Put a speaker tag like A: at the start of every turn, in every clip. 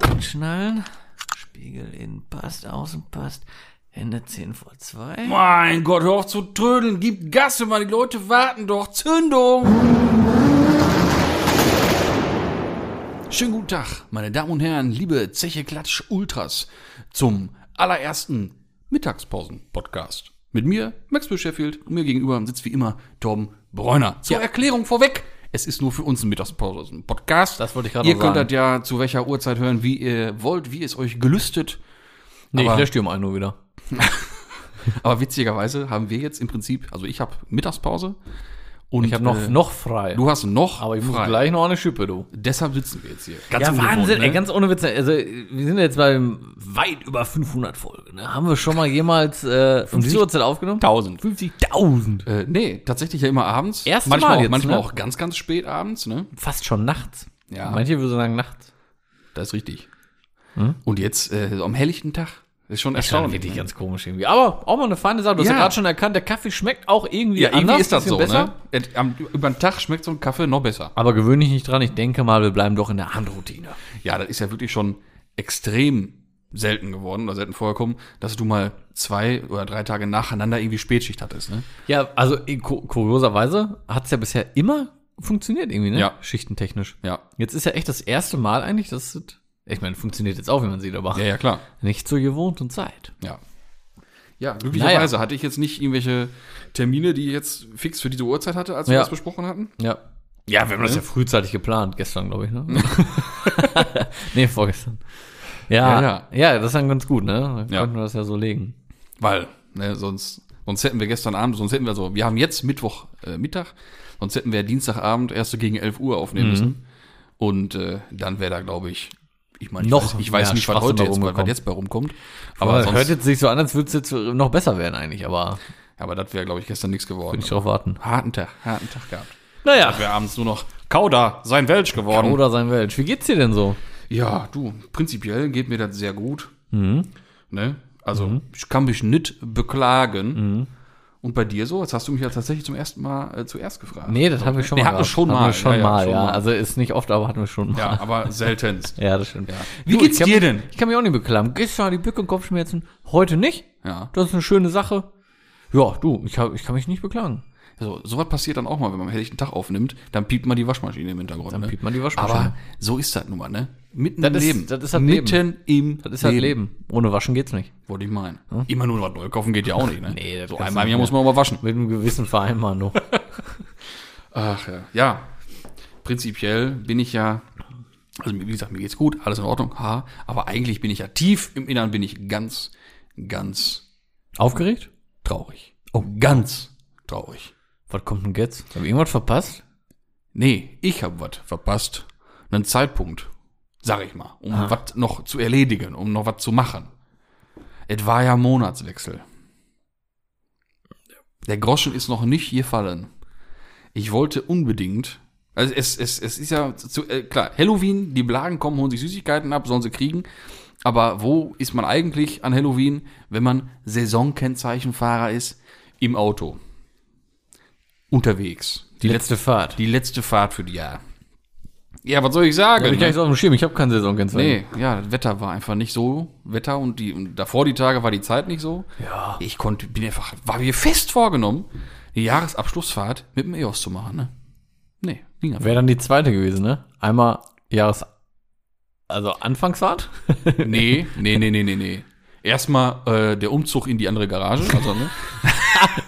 A: Anschnallen. Spiegel innen passt, außen passt. Hände 10 vor 2.
B: Mein Gott, hör auf zu trödeln, gib Gas, immer die Leute warten doch. Zündung! Schönen guten Tag, meine Damen und Herren, liebe Zeche Klatsch Ultras, zum allerersten Mittagspausen-Podcast. Mit mir, Maxwell Sheffield, und mir gegenüber sitzt wie immer Torben Bräuner. Zur Erklärung vorweg, es ist nur für uns ein Mittagspausen-Podcast.
A: Das wollte ich gerade
B: Ihr
A: noch
B: könnt
A: sagen.
B: das ja zu welcher Uhrzeit hören, wie ihr wollt, wie es euch gelüstet.
A: Nee,
B: Aber-
A: lösche die um 1 Uhr wieder.
B: Aber witzigerweise haben wir jetzt im Prinzip, also ich habe Mittagspause und
C: Ich habe noch,
B: äh,
C: noch frei.
B: du hast noch,
C: aber ich muss
B: frei.
C: gleich noch eine Schippe, du.
B: Deshalb sitzen wir jetzt hier.
A: Ganz ja,
C: ungewohnt,
A: Wahnsinn,
C: ne?
A: ey, ganz ohne Witz. Also, wir sind jetzt bei weit über 500 Folgen. Ne? Haben wir schon mal jemals äh, um diese Uhrzeit aufgenommen?
B: 1000.
A: 50.000.
B: Äh, nee, tatsächlich ja immer abends.
A: Erste
B: manchmal
A: Mal
B: auch,
A: jetzt,
B: manchmal
A: ne?
B: auch ganz, ganz spät abends. Ne,
A: Fast schon nachts.
B: Ja.
A: Manche würden sagen nachts.
B: das ist richtig. Und jetzt äh, am helllichten Tag ist schon erstaunlich.
A: Hm? wirklich
B: ne?
A: ganz komisch irgendwie. Aber auch mal eine feine Sache. Du hast
B: Ja.
A: ja gerade schon erkannt, der Kaffee schmeckt auch irgendwie
B: ja, irgendwie
A: anders,
B: ist das
A: bisschen
B: so. Ne? Äh, am, über den Tag schmeckt so ein Kaffee noch besser.
A: Aber gewöhne ich nicht dran. Ich denke mal, wir bleiben doch in der Handroutine.
B: Ja, das ist ja wirklich schon extrem selten geworden oder selten vorgekommen, dass du mal zwei oder drei Tage nacheinander irgendwie Spätschicht hattest. Ne?
A: Ja, also eh, ku- kurioserweise hat es ja bisher immer funktioniert irgendwie, ne?
B: Ja.
A: Schichtentechnisch.
B: Ja.
A: Jetzt ist ja echt das erste Mal eigentlich, dass es, ich meine, funktioniert jetzt auch, wie man sieht, aber
B: Ja, ja, klar.
A: nicht zur gewohnten Zeit.
B: Ja. Ja, glücklicherweise hatte ich jetzt nicht irgendwelche Termine, die ich jetzt fix für diese Uhrzeit hatte, als wir
A: Ja.
B: das besprochen hatten. Ne?
A: Ja. Ja, wir haben das ja frühzeitig geplant, gestern, glaube ich, ne? nee, vorgestern. Ja,
B: Ja,
A: ja, das ist dann ganz gut, ne? Dann
B: Ja.
A: konnten wir das ja so legen.
B: Weil, ne, sonst, sonst hätten wir gestern Abend, sonst hätten wir so, wir haben jetzt Mittwoch äh, Mittag, sonst hätten wir Dienstagabend erst so gegen 11 Uhr aufnehmen müssen. Und äh, dann wäre da, glaube ich, ich meine, ich
A: Noch
B: weiß, ich weiß
A: mehr
B: nicht, was
A: Schwachsinn
B: heute
A: da
B: jetzt, bei- was
A: rumgekommen.
B: jetzt bei rumkommt.
A: Aber,
B: Aber,
A: hört
B: sonst,
A: jetzt sich so an, als würde es jetzt noch besser werden eigentlich, aber
B: aber das wäre, glaube ich, gestern nichts geworden.
A: würde ich drauf warten.
B: Harten Tag, harten Tag gehabt.
A: Naja,
B: Wäre abends nur noch Kauder, sein Welsch geworden.
A: oder sein Welsch. Wie geht's dir denn so?
B: Ja, du, prinzipiell geht mir das sehr gut.
A: Mhm.
B: Ne? Also, ich kann mich nicht beklagen.
A: Mhm.
B: Und bei dir so? Jetzt hast du mich ja tatsächlich zum ersten Mal äh, zuerst gefragt.
A: Nee, das haben wir schon
B: Nee,
A: mal.
B: hatten wir
A: gehabt.
B: schon
A: Hatten
B: mal.
A: Wir schon
B: Ja, ja,
A: mal,
B: schon
A: ja.
B: mal.
A: Also ist nicht oft, aber hatten wir schon mal.
B: Ja, aber seltenst.
A: Ja, das stimmt.
B: Wie geht's
A: ich kann-
B: dir denn?
A: Ich kann mich auch nicht beklagen. Gestern hatte ich Bück- und Kopfschmerzen, heute nicht.
B: Ja.
A: Das ist eine schöne Sache. Ja, du, ich, hab, ich kann mich nicht beklagen.
B: Also, sowas passiert dann auch mal, wenn man am helllichten Tag aufnimmt, dann piept man die Waschmaschine im Hintergrund. Dann ne?
A: piept man die Waschmaschine.
B: Aber so ist das nun mal, ne? Mitten
A: Das
B: im
A: ist-
B: Leben.
A: das ist das Leben.
B: Mitten im
A: Das ist halt Leben. Ohne Waschen geht's nicht.
B: Wollte ich meinen. Immer nur was neu kaufen geht ja auch nicht, ne?
A: Nee, das
B: so
A: kannst
B: einmal im
A: du
B: Jahr
A: nicht
B: muss man aber waschen.
A: Mit einem gewissen Vereinbarung. noch.
B: Ach ja. Ja, prinzipiell bin ich ja, also wie gesagt, mir geht's gut, alles in Ordnung, ha, aber eigentlich bin ich ja tief im Innern bin ich ganz, ganz
A: Aufgeregt?
B: traurig. Oh, ganz traurig.
A: Was kommt denn jetzt? Hab ich irgendwas verpasst?
B: Nee, ich habe was verpasst. Einen Zeitpunkt, sag ich mal, um was noch zu erledigen, um noch was zu machen. Es war ja Monatswechsel. Der Groschen ist noch nicht gefallen. Ich wollte unbedingt. Also es, es, es ist ja zu, äh, klar, Halloween, die Blagen kommen, holen sich Süßigkeiten ab, sollen sie kriegen. Aber wo ist man eigentlich an Halloween, wenn man Saisonkennzeichenfahrer ist? Im Auto. Unterwegs.
A: Die letzte Fahrt.
B: Die letzte Fahrt für die Jahr. Ja, was soll ich sagen? ne?
A: Hab ich gar nicht so auf dem Schirm. Ich habe keine Saison ganz
B: nee, ja, das Wetter war einfach nicht so. Wetter und die und davor die Tage war die Zeit nicht so. Ja. Ich konnte, bin einfach, war mir fest vorgenommen, die Jahresabschlussfahrt mit dem EOS zu machen, ne? Nee, ging einfach.
A: Wäre dann die zweite gewesen, ne? Einmal Jahres... Also Anfangsfahrt?
B: Nee, nee, nee, nee, nee, nee. Erstmal äh, der Umzug in die andere Garage. Also, ne?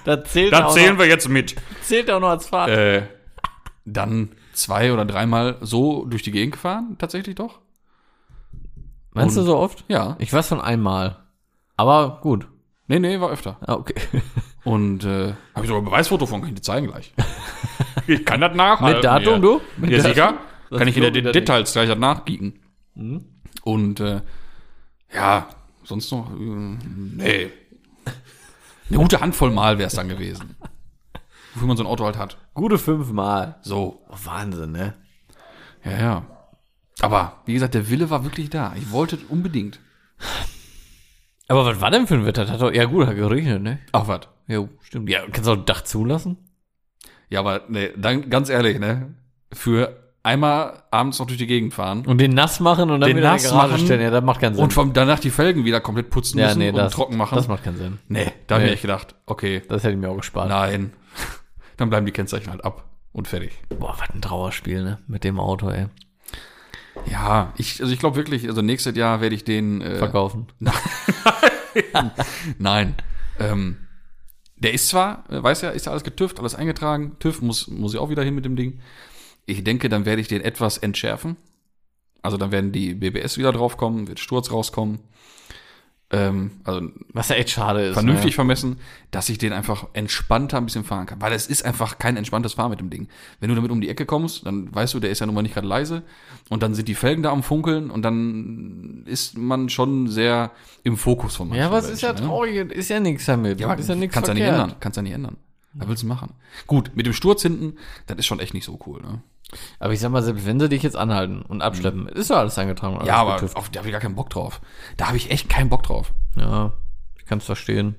A: Das zählt, auch,
B: wir jetzt mit.
A: noch, zählt auch noch als Fahrt.
B: Äh, dann zwei oder dreimal so durch die Gegend gefahren, tatsächlich doch.
A: Meinst du so oft?
B: Ja.
A: Ich weiß von einmal. Aber gut.
B: Nee, nee, war öfter.
A: Ah, okay.
B: Und äh, habe ich sogar ein Beweisfoto von, kann ich dir zeigen gleich. ich kann das nachhalten.
A: Mit Datum,
B: hier.
A: du? Mit
B: ja,
A: Datum?
B: sicher.
A: Das
B: kann ich in
A: glaubt
B: den
A: wieder
B: Details gleich das nachgiegen.
A: Mhm.
B: Und äh, ja, sonst noch, äh, nee. Eine gute Handvoll Mal wäre es dann gewesen. Wofür man so ein Auto halt hat.
A: Gute fünfmal.
B: So,
A: Oh, Wahnsinn, ne?
B: ja, ja. Aber, wie gesagt, der Wille war wirklich da. Ich wollte es unbedingt.
A: Aber was war denn für ein Wetter? Das hat doch, ja gut, hat geregnet, ne?
B: Ach, was.
A: Ja, stimmt. Ja, kannst du auch ein Dach zulassen?
B: Ja, aber nee, dann ganz ehrlich, ne? Für einmal abends noch durch die Gegend fahren
A: Und den nass machen und dann
B: Den
A: wieder
B: nass
A: in die Garage
B: machen
A: stellen. Ja, das macht keinen Sinn.
B: und vom, danach die Felgen wieder komplett putzen
A: ja,
B: müssen
A: nee,
B: und
A: das,
B: trocken machen.
A: das macht keinen Sinn.
B: nee, da hab
A: Nee.
B: ich echt gedacht, okay,
A: Das hätte ich mir auch gespart.
B: nein. Dann bleiben die Kennzeichen halt ab und fertig.
A: Boah, was ein Trauerspiel, ne? Mit dem Auto, ey.
B: Ja, ich, also ich glaube wirklich, also nächstes Jahr werde ich den äh,
A: Verkaufen.
B: Nein. Ähm, der ist zwar, äh, weiß ja, ist ja alles getüft, alles eingetragen. TÜV muss, muss ich auch wieder hin mit dem Ding. Ich denke, dann werde ich den etwas entschärfen. Also dann werden die BBS wieder draufkommen, wird Sturz rauskommen. Ähm, also
A: Was ja echt schade ist.
B: vernünftig
A: Ne?
B: vermessen, dass ich den einfach entspannter ein bisschen fahren kann. Weil es ist einfach kein entspanntes Fahren mit dem Ding. Wenn du damit um die Ecke kommst, dann weißt du, der ist ja nun mal nicht gerade leise. Und dann sind die Felgen da am Funkeln und dann ist man schon sehr im Fokus von manchen
A: Ja, was ist ja
B: Menschen, ne?
A: traurig. und Ist ja nichts damit.
B: Ja, aber
A: ist ja nichts
B: kannst ja nicht
A: verkehrt.
B: ändern. Kannst ja nicht ändern. Was willst du machen? Gut, mit dem Sturz hinten, das ist schon echt nicht so cool. Ne?
A: Aber ich sag mal, selbst wenn sie dich jetzt anhalten und abschleppen, ist ja alles eingetragen. und
B: Mhm. Ja,
A: alles
B: aber
A: getüftelt.
B: auf, da habe ich gar keinen Bock drauf. Da habe ich echt keinen Bock drauf.
A: Ja, ich kann's verstehen.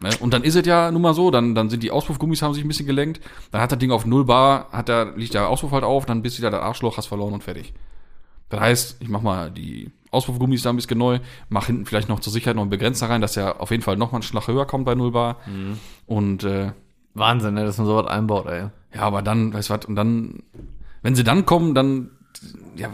B: Ne? Und dann ist es ja nun mal so, dann, dann sind die Auspuffgummis haben sich ein bisschen gelenkt, dann hat das Ding auf null Bar, hat da, liegt der Auspuff halt auf, dann bist du wieder der Arschloch, hast verloren und fertig. Das heißt, ich mach mal die Auspuffgummis da ein bisschen neu, mach hinten vielleicht noch zur Sicherheit noch einen Begrenzer rein, dass der auf jeden Fall nochmal einen Schlag höher kommt bei null Bar. Und äh,
A: Wahnsinn, ne, dass man sowas einbaut, ey.
B: Ja, aber dann, weißt du was, und dann, wenn sie dann kommen, dann, ja,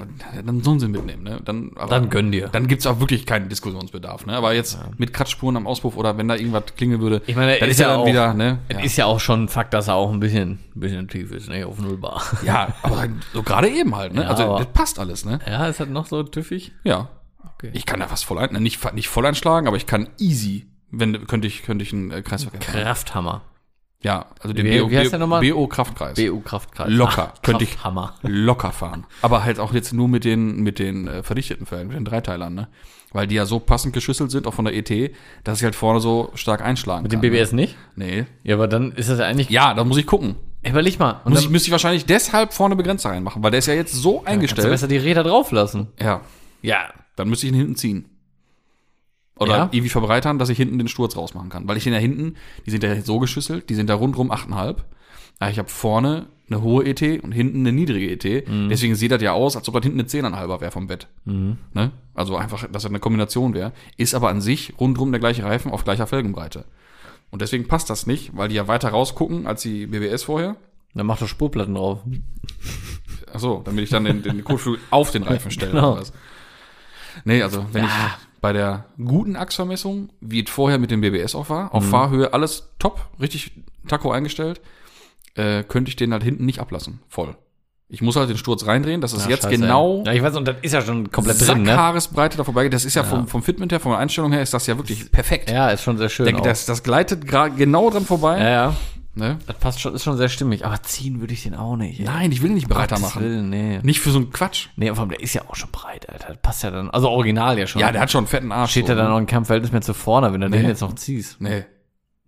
B: dann sollen sie mitnehmen, ne? Dann, aber,
A: Dann gönn dir.
B: Dann gibt's auch wirklich keinen Diskussionsbedarf, ne? Aber jetzt mit Kratzspuren am Auspuff oder wenn da irgendwas klingeln würde,
A: Ich meine,
B: dann
A: ist
B: ist ja
A: ja
B: dann
A: auch-
B: wieder, ne? Ja,
A: Ist ja auch schon ein Fakt, dass er auch ein bisschen, ein bisschen tief ist, ne, auf Nullbar.
B: ja aber so gerade eben halt, ne?
A: Ja,
B: also,
A: aber-
B: das passt alles, ne?
A: Ja, ist das noch so tüffig?
B: Ja.
A: Okay.
B: Ich kann da fast voll ein, ne, nicht, fa- nicht voll einschlagen, aber ich kann easy, wenn, könnte ich, könnte ich einen äh, Kreisverkehr. fahren.
A: Krafthammer.
B: Ja, also den
A: Wie- wie heißt der nochmal?
B: BO Kraftkreis.
A: BU-Kraftkreis.
B: Locker. Könnte ich-
A: Krafthammer.
B: locker fahren. Aber halt auch jetzt nur mit den, mit den äh, verdichteten Fällen, mit den Dreiteilern, ne? Weil die ja so passend geschüsselt sind, auch von der ET, dass sie halt vorne so stark einschlagen.
A: Mit dem BBS nicht?
B: Ne? Nee.
A: Ja, aber dann ist das ja eigentlich.
B: Ja, da muss ich gucken.
A: Ey, Überleg mal. Und
B: Muss
A: dann
B: ich, müsste ich wahrscheinlich deshalb vorne Begrenzer reinmachen, weil der ist ja jetzt so
A: kannst du
B: eingestellt.
A: besser die Räder drauf lassen.
B: Ja,
A: Ja.
B: dann müsste ich ihn hinten ziehen. Oder
A: Ja.
B: irgendwie verbreitern, dass ich hinten den Sturz rausmachen kann. Weil ich den ja hinten, die sind ja so geschüsselt, die sind da rundrum 8,5. Ja, ich habe vorne eine hohe ET und hinten eine niedrige ET. Deswegen sieht das ja aus, als ob das hinten eine 10,5er wäre vom Bett. Ne? Also einfach, dass das eine Kombination wäre. Ist aber an sich rundrum der gleiche Reifen auf gleicher Felgenbreite. Und deswegen passt das nicht, weil die ja weiter rausgucken als die BBS vorher.
A: Dann mach doch Spurplatten drauf.
B: Ach so, damit ich dann den, den Kotflügel auf den Reifen stelle.
A: Genau.
B: Oder was. Nee, also wenn ich bei der guten Achsvermessung, wie es vorher mit dem BBS auch war,
A: Mhm.
B: auf Fahrhöhe alles top, richtig Taco eingestellt, äh, könnte ich den halt hinten nicht ablassen, voll. Ich muss halt den Sturz reindrehen, dass es jetzt
A: Scheiße,
B: genau
A: ey. Ja, ich weiß, und das ist ja schon komplett drin, ne?
B: Sackhaaresbreite da vorbeigeht. Das ist ja, Vom, vom Fitment her, von der Einstellung her, ist das ja wirklich perfekt.
A: Ja, ist schon sehr schön.
B: Der-
A: auch.
B: das, das gleitet gra- genau dran vorbei.
A: ja, ja.
B: Ne?
A: Das passt schon, ist schon sehr stimmig. Aber ziehen würde ich den auch nicht. ey.
B: Nein, ich will nicht breiter
A: Gottes
B: machen.
A: Willen, nee.
B: Nicht für so einen Quatsch.
A: Nee, vor allem, der ist ja auch schon breit, Alter. Das passt ja dann. Also original ja schon.
B: Ja, der hat schon einen fetten Arsch.
A: Steht
B: so,
A: ja dann
B: ne?
A: noch ein Kampfverhältnis mehr zu vorne, wenn du den jetzt noch ziehst.
B: Nee.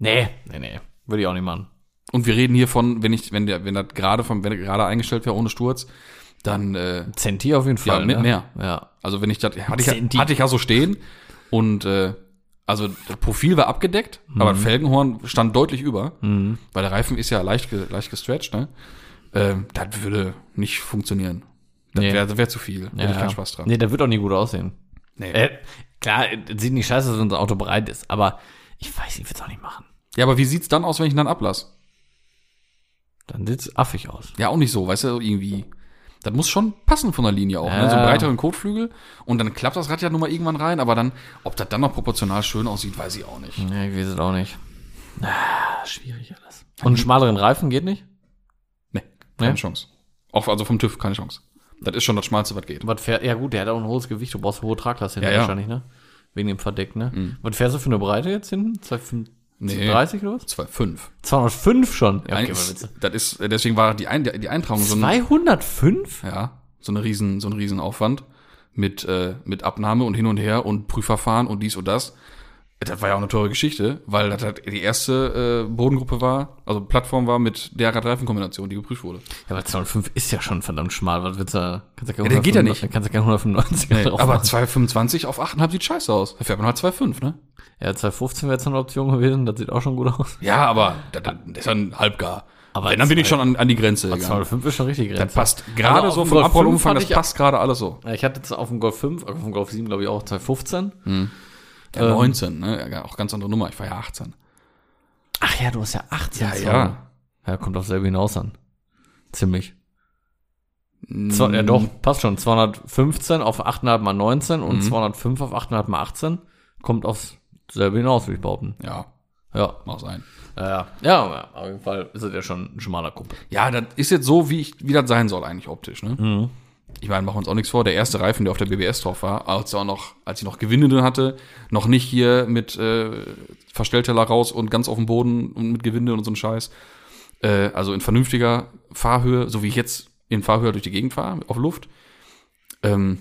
A: Nee, nee, nee. Würde ich auch nicht machen.
B: Und wir reden hier von, wenn ich, wenn der, wenn das gerade vom, wenn der gerade eingestellt wäre ohne Sturz, dann, äh,
A: Zentier auf jeden Fall.
B: mit
A: ne?
B: mehr.
A: Ja.
B: also wenn ich das, hatte ich,
A: Zenti.
B: ja- hatte ich ja so stehen und, äh, also das Profil war abgedeckt, aber
A: Mhm.
B: das Felgenhorn stand deutlich über, weil der Reifen ist ja leicht, ge- leicht gestretched, ne? Ähm, das würde nicht funktionieren. Das
A: Nee.
B: wäre das wär zu viel. Da hätte ich keinen Spaß dran.
A: Nee, der wird auch nie gut aussehen.
B: Nee.
A: Äh, klar, es sieht nicht scheiße, aus, wenn unser Auto breit ist, aber ich weiß, ich würde es auch nicht machen.
B: Ja, aber wie sieht's dann aus, wenn ich ihn dann ablasse?
A: Dann sieht's affig aus.
B: Ja, auch nicht so, weißt du, irgendwie. Das muss schon passen von der Linie auch, ne? So einen
A: Ja.
B: breiteren Kotflügel. Und dann klappt das Rad ja nun mal irgendwann rein, aber dann, ob das dann noch proportional schön aussieht, weiß ich auch nicht.
A: Nee, ich weiß es auch nicht. Ah, schwierig alles. Und einen schmaleren Reifen geht nicht?
B: Nee, keine
A: Nee?
B: Chance. Auch also vom TÜV keine Chance. Das ist schon das Schmalste, was geht.
A: Was fährt, ja gut, der hat auch ein hohes Gewicht, du brauchst eine hohe Traglast hinten
B: Ja, ja.
A: wahrscheinlich, ne? Wegen dem Verdeck, ne? Was fährst du für eine Breite jetzt hinten? 235
B: Nee.
A: oder was?
B: 2,5.
A: 205 schon. Ja,
B: Ein-
A: okay, mal Witze.
B: das ist, deswegen war die, Ein die Eintragung so ein,
A: 205?
B: ja, so eine riesen, so ein riesen Aufwand mit, äh, mit Abnahme und hin und her und Prüfverfahren und dies und das. Das war ja auch eine teure Geschichte, weil das halt die erste äh, Bodengruppe war, also Plattform war mit der Radreifenkombination, die geprüft wurde.
A: Ja, aber 205 ist ja schon verdammt schmal. Was willst du da? Kannst ja, kein
B: Ja, der geht ja
A: 195 Kannst ja kein 195
B: Nee,
A: drauf
B: aber
A: machen.
B: 2,25 auf 8,5 sieht scheiße aus. Da fährt man halt 2,5, ne?
A: Ja, 215 wäre jetzt noch eine Option gewesen. Das sieht auch schon gut aus.
B: Ja, aber das, das ist ja ein halbgar.
A: Aber
B: Wenn, dann bin ich schon an, an die Grenze gegangen.
A: 205 ist schon richtig Grenze. Also
B: Das passt gerade
A: auf
B: so
A: dem
B: vom
A: Golf fünf
B: Abrollumfang,
A: hatte
B: das
A: ich-
B: passt gerade alles so.
A: Ja, Ich hatte jetzt auf dem Golf 5, auf dem Golf 7 glaube ich auch 215. ähm,
B: Ja, 19, ne? Ja, Auch ganz andere Nummer. Ich war ja 18.
A: Ach ja, du hast ja 18.
B: Ja,
A: Zoll. Ja, kommt auf selbe hinaus an. Ziemlich. Zwei,
B: Mm,
A: Ja doch, passt schon. 215 auf 8,5 mal 19 und 205 auf 8,5 mal 18 kommt aufs selbe hinaus, würde ich behaupten.
B: Ja,
A: Ja.
B: mag sein.
A: Ja, ja. ja, ja, auf jeden Fall ist es ja schon ein schmaler Kumpel.
B: Ja, das ist jetzt so, wie, ich, wie das sein soll eigentlich optisch. Ne? Ich meine, machen wir uns auch nichts vor. Der erste Reifen, der auf der BBS drauf war, als, auch noch, als ich noch Gewinne drin hatte, noch nicht hier mit äh, Verstellteller raus und ganz auf dem Boden und mit Gewinde und so ein Scheiß. Äh, also in vernünftiger Fahrhöhe, so wie ich jetzt in Fahrhöhe durch die Gegend fahre, auf Luft. Ähm,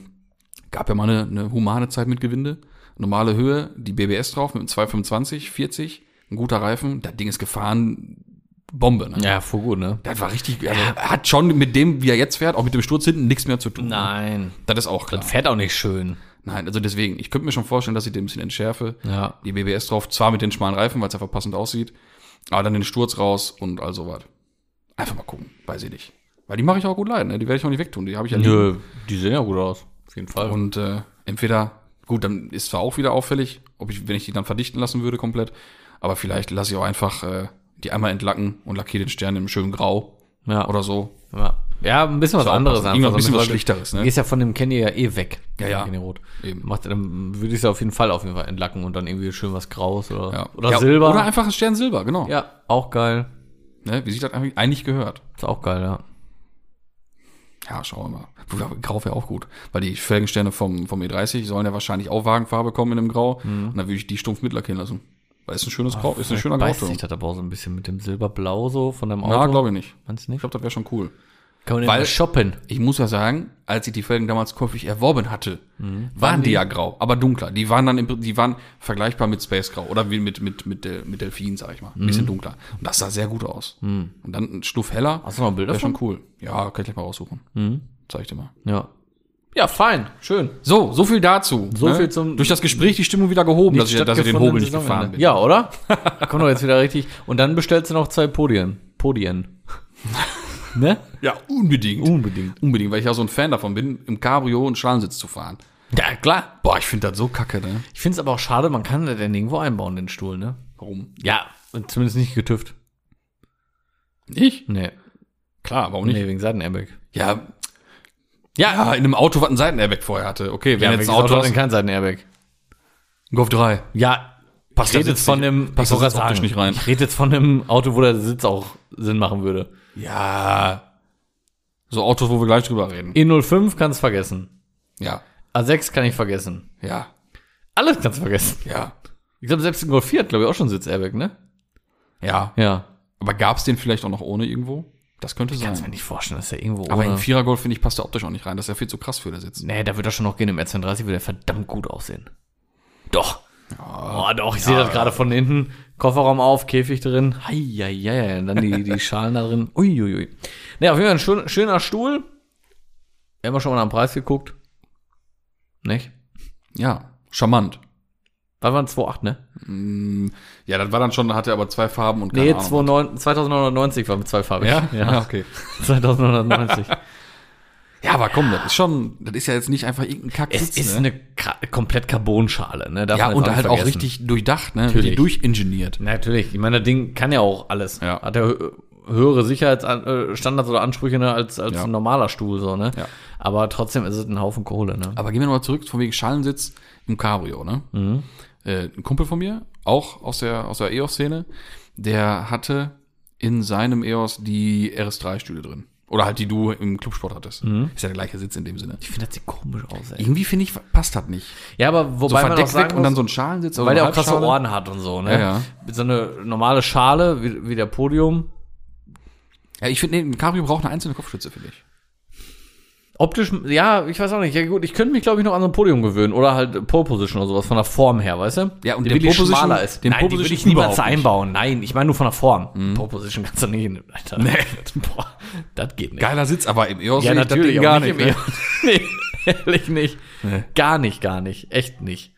B: gab ja mal eine, eine humane Zeit mit Gewinde. Normale Höhe, die BBS drauf mit einem 225, 40, ein guter Reifen. Das Ding ist gefahren, Bombe. Ne?
A: Ja, voll gut, ne?
B: Das war richtig. Also, er hat schon mit dem, wie er jetzt fährt, auch mit dem Sturz hinten nichts mehr zu tun.
A: Nein.
B: Das ist auch klar.
A: Das fährt auch nicht schön.
B: Nein, also deswegen, ich könnte mir schon vorstellen, dass ich den ein bisschen entschärfe.
A: Ja.
B: Die BBS drauf, zwar mit den schmalen Reifen, weil es einfach passend aussieht, aber dann den Sturz raus und all sowas. Einfach mal gucken, weiß ich nicht. Weil die mache ich auch gut leiden, ne? die werde ich auch nicht wegtun, die habe ich ja lieb.
A: Nö, die sehen ja gut aus. Auf jeden Fall.
B: Und äh, entweder, gut, dann ist zwar auch wieder auffällig, ob ich, wenn ich die dann verdichten lassen würde komplett, aber vielleicht lasse ich auch einfach äh, die einmal entlacken und lackiere den Stern im schönen Grau
A: ja.
B: oder so.
A: ja. ja, ein bisschen was
B: auch
A: anderes.
B: passend. Irgendwas ein bisschen was
A: Leute-
B: Schlichteres, ne?
A: Gehst ja von dem Candy ja eh weg.
B: Ja, ja.
A: Candy Rot.
B: Eben.
A: Macht, dann würde ich es ja auf jeden Fall auf jeden Fall entlacken und dann irgendwie schön was Graues oder,
B: Ja.
A: oder
B: ja,
A: Silber.
B: Oder einfach ein Stern Silber, genau.
A: ja, auch geil.
B: Ne, wie sich das eigentlich- eigentlich gehört.
A: Ist auch geil, ja.
B: Ja, schauen wir mal. Wobei, Grau wäre auch gut. Weil die Felgensterne vom, vom E30 sollen ja wahrscheinlich auch Wagenfarbe kommen in einem Grau.
A: Mhm.
B: Und dann würde ich die stumpf mitlackieren lassen. Weil ist ein schönes
A: Ah,
B: Grau, ist ein schöner
A: Beißt
B: Grauton.
A: sich das aber auch so ein bisschen mit dem Silberblau so von deinem Auto.
B: Na, glaube ich nicht.
A: Meinst du
B: Ich
A: nicht?
B: glaube, das wäre schon cool.
A: Kann man den
B: Weil-
A: mal shoppen.
B: Ich muss ja sagen, als ich die Felgen damals käuflich erworben hatte,
A: Mhm.
B: waren die ja grau, aber dunkler. Die waren dann im, Prin- die waren vergleichbar mit Space Grau oder wie mit, mit, mit, Del- mit Delfin, sag ich mal. Ein
A: Mhm.
B: bisschen dunkler. Und das sah sehr gut aus. Und dann ein Schnuff heller.
A: Hast du noch ein Bild
B: Wäre
A: davon?
B: schon cool. Ja, kann ich gleich mal raussuchen. Zeig ich dir mal.
A: Ja. Ja, fein. Schön.
B: So, so viel dazu. ne?
A: So viel zum-
B: Durch das Gespräch die Stimmung wieder gehoben, dass ich, dass ich den Hobel nicht gefahren bin.
A: Ja, oder? Kommt doch jetzt wieder richtig. Und dann bestellst du noch zwei Podien. Podien. ne?
B: ja, unbedingt.
A: Unbedingt.
B: Unbedingt, weil ich ja so ein Fan davon bin, im Cabrio einen Schlangensitz zu fahren.
A: Ja, klar.
B: Boah, ich finde das so kacke, ne?
A: Ich finde es aber auch schade, man kann das ja nirgendwo einbauen, den Stuhl, ne?
B: Warum?
A: Ja. Zumindest nicht getüft.
B: Ich?
A: Nee.
B: Klar, warum nicht?
A: Nee, wegen Seitenairbag.
B: Ja. ja. Ja, in einem Auto, was ein Seitenairbag vorher hatte. Okay, wenn jetzt ein Auto hast,
A: dann kein Seitenairbag.
B: ein Golf 3.
A: Ja, passt ich
B: der
A: rede jetzt
B: Sitz
A: von
B: nicht-
A: dem,
B: passt
A: ich
B: der
A: wollte
B: Sitz
A: gerade
B: optisch nicht rein.
A: Ich rede jetzt von dem Auto, wo der Sitz auch Sinn machen würde.
B: Ja. So Autos, wo wir gleich drüber reden.
A: E05 kannst vergessen.
B: Ja.
A: A6 kann ich vergessen.
B: Ja.
A: Alles kannst vergessen.
B: Ja.
A: Ich glaube, selbst ein Golf 4 hat, glaube ich, auch schon Sitzairbag, ne?
B: Ja.
A: Ja.
B: Aber gab's den vielleicht auch noch ohne irgendwo? Das könnte
A: Kannst mir
B: sein.
A: nicht vorstellen, dass der irgendwo
B: Aber
A: ohne-
B: in Vierer Golf, finde ich, passt der optisch auch nicht rein. Das ist ja viel zu krass für der Sitz.
A: Nee, da wird er schon noch gehen. Im R32 würde er verdammt gut aussehen. Doch. oh, doch, ich sehe das gerade von hinten. Kofferraum auf, Käfig drin. Heieiei, und dann die, die Schalen da drin. Uiuiui. Nee, auf jeden Fall ein schön, schöner Stuhl. Wir haben ja schon mal nach dem Preis geguckt. Nicht?
B: Ja. Charmant.
A: Was waren 2,8, ne?
B: Ja, das war dann schon, hatte aber zwei Farben und keine
A: Nee,
B: Ahnung.
A: 29, 2990 war mit zweifarbig.
B: ja? Ah,
A: ja.
B: okay.
A: 2990.
B: Ja, aber komm, das ist schon, das ist ja jetzt nicht einfach irgendein Kack.
A: es ist eine Ka komplett Carbonschale, ne? Darf
B: ne? ja,
A: man jetzt
B: und halt
A: nicht
B: auch
A: vergessen.
B: richtig durchdacht, ne?
A: Natürlich.
B: Richtig durchingeniert.
A: Natürlich, ich meine, das Ding kann ja auch alles.
B: Ja.
A: Hat ja hö- höhere Sicherheitsstandards oder Ansprüche ne, als, als
B: Ja.
A: ein normaler Stuhl, so, ne?
B: Ja.
A: Aber trotzdem ist es ein Haufen Kohle, ne?
B: Aber gehen wir nochmal zurück, von wegen Schalensitz im Cabrio, ne? Äh, ein Kumpel von mir, auch aus der, aus der EOS-Szene, der hatte in seinem EOS die RS3-Stühle drin. Oder halt die du im Clubsport hattest. Ist ja der gleiche Sitz in dem Sinne.
A: Ich finde, das sieht komisch aus, ey.
B: Irgendwie finde ich, passt das nicht.
A: Ja, aber
B: So
A: wobei man auch
B: verdeckt
A: sagen
B: weg
A: muss,
B: und dann so ein Schalensitz. oder
A: weil
B: so
A: der
B: eine
A: auch krasse
B: Halbschale.
A: Ohren hat und so, ne?
B: Ja, ja.
A: So eine normale Schale, wie, wie der Podium.
B: Ja, ich finde, nee, ein Cabrio braucht eine einzelne Kopfstütze, finde ich.
A: Optisch, ja, ich weiß auch nicht. Ja, gut, ich könnte mich, glaube ich, noch an so ein Podium gewöhnen. Oder halt Pole Position oder sowas von der Form her, weißt du?
B: Ja, und
A: Die
B: der
A: wirklich
B: Pole Position-
A: schmaler ist.
B: den
A: Nein,
B: Pole
A: die würde ich
B: Position
A: niemals
B: überhaupt nicht. Mhm.
A: einbauen. Nein, ich meine nur von der Form. Pole Position kannst du nicht hin, Alter. Nee. Boah, das geht nicht.
B: Geiler Sitz, aber im EOS
A: ja,
B: sehe ich das
A: natürlich,
B: Ding
A: gar
B: gar
A: nicht.
B: nicht. ne?
A: nee, ehrlich nicht. Gar nicht, gar nicht. Echt nicht.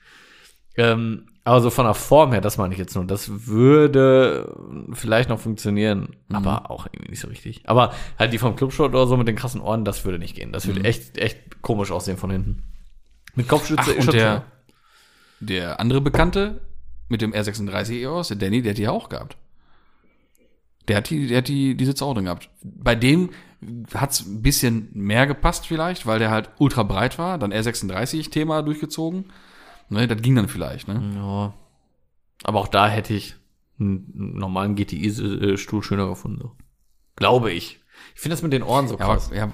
A: Ähm, Also von der Form her, das meine ich jetzt nur. Das würde vielleicht noch funktionieren,
B: Mhm.
A: aber auch irgendwie nicht so richtig. Aber halt die vom Clubshot oder so mit den krassen Ohren, das würde nicht gehen. Das
B: Mhm.
A: würde echt, echt komisch aussehen von hinten. Mit Kopfschütze
B: Ach, und
A: Schütze.
B: der, der andere Bekannte mit dem R36 EOS, der Danny, der hat die ja auch gehabt. Der hat die, der hat die, die Sitze auch drin gehabt. Bei dem hat's ein bisschen mehr gepasst vielleicht, weil der halt ultra breit war, dann R36-Thema durchgezogen. Ne, das ging dann vielleicht,
A: Mhm.
B: ne?
A: Ja. Aber auch da hätte ich einen einen normalen GTI-Stuhl äh, schöner gefunden. So. Glaube ich. Ich finde das mit den Ohren so
B: Ja, aber,
A: krass.
B: ja,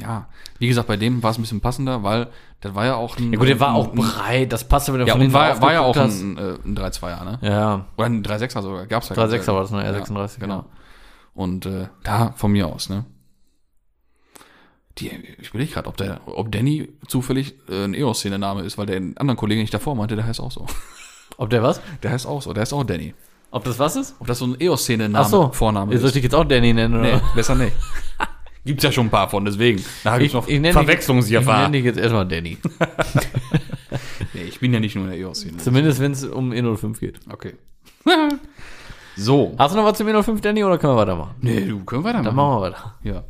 B: ja, wie gesagt, bei dem war es ein bisschen passender, weil das war ja auch ein.
A: Ja, gut, der war auch
B: ein,
A: breit. Das passte, wenn du
B: ja, und
A: hinten
B: war, war ja auch
A: aufgeguckt hast.
B: ein, äh, ein 3-2er, ne?
A: Ja,
B: Oder ein 3-6er sogar, gab's ja.
A: 3,6er war das, ne? R36.
B: Ja, genau.
A: ja.
B: Und äh, da von mir aus, ne? Die, ich überlege gerade, ob der, ob Danny zufällig äh, ein EOS-Szene-Name ist, weil der anderen Kollegen, den ich davor meinte, der heißt auch so.
A: Ob der was?
B: Der heißt auch so, der heißt auch Danny.
A: Ob das was ist?
B: Ob das so ein EOS-Szene-Name,
A: Ach so.
B: Vorname
A: Soll ich
B: ist.
A: dich jetzt auch Danny nennen, oder?
B: Nee, besser nicht. Gibt's ja schon ein paar von, deswegen. Da habe ich noch
A: nenn dich- Ich
B: Verwechslungsgefahr.
A: nenne dich jetzt erstmal Danny.
B: Nee, ich bin ja nicht nur in der EOS-Szene.
A: Zumindest, wenn es um E05 geht.
B: Okay. so.
A: Hast du noch was zum E05, Danny, oder können wir weitermachen?
B: Nee, du, können wir
A: Dann machen wir weiter.
B: Ja.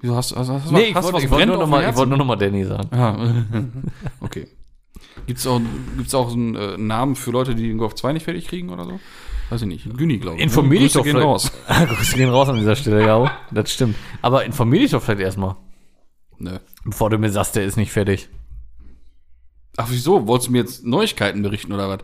B: Wieso hast, hast, hast,
A: Nee, ich
B: hast du
A: wollte
B: was
A: ich wollte
B: brennt
A: nur
B: auf
A: noch
B: dem
A: mal- ich
B: Herzen?
A: wollte nur noch mal Danny sagen.
B: Ah, okay. Gibt es auch, gibt's auch so einen äh, Namen für Leute, die den Golf 2 nicht fertig kriegen oder so? Weiß ich nicht. Günni, glaube ich. ne?
A: Informier dich
B: Grüße
A: doch
B: gehen
A: vielleicht-
B: raus.
A: Ah, Grüße gehen raus an dieser Stelle, ja. Das stimmt. Aber informier dich doch vielleicht erstmal,
B: Nö.
A: bevor du mir sagst, der ist nicht fertig.
B: Ach, wieso? Wolltest du mir jetzt Neuigkeiten berichten oder was?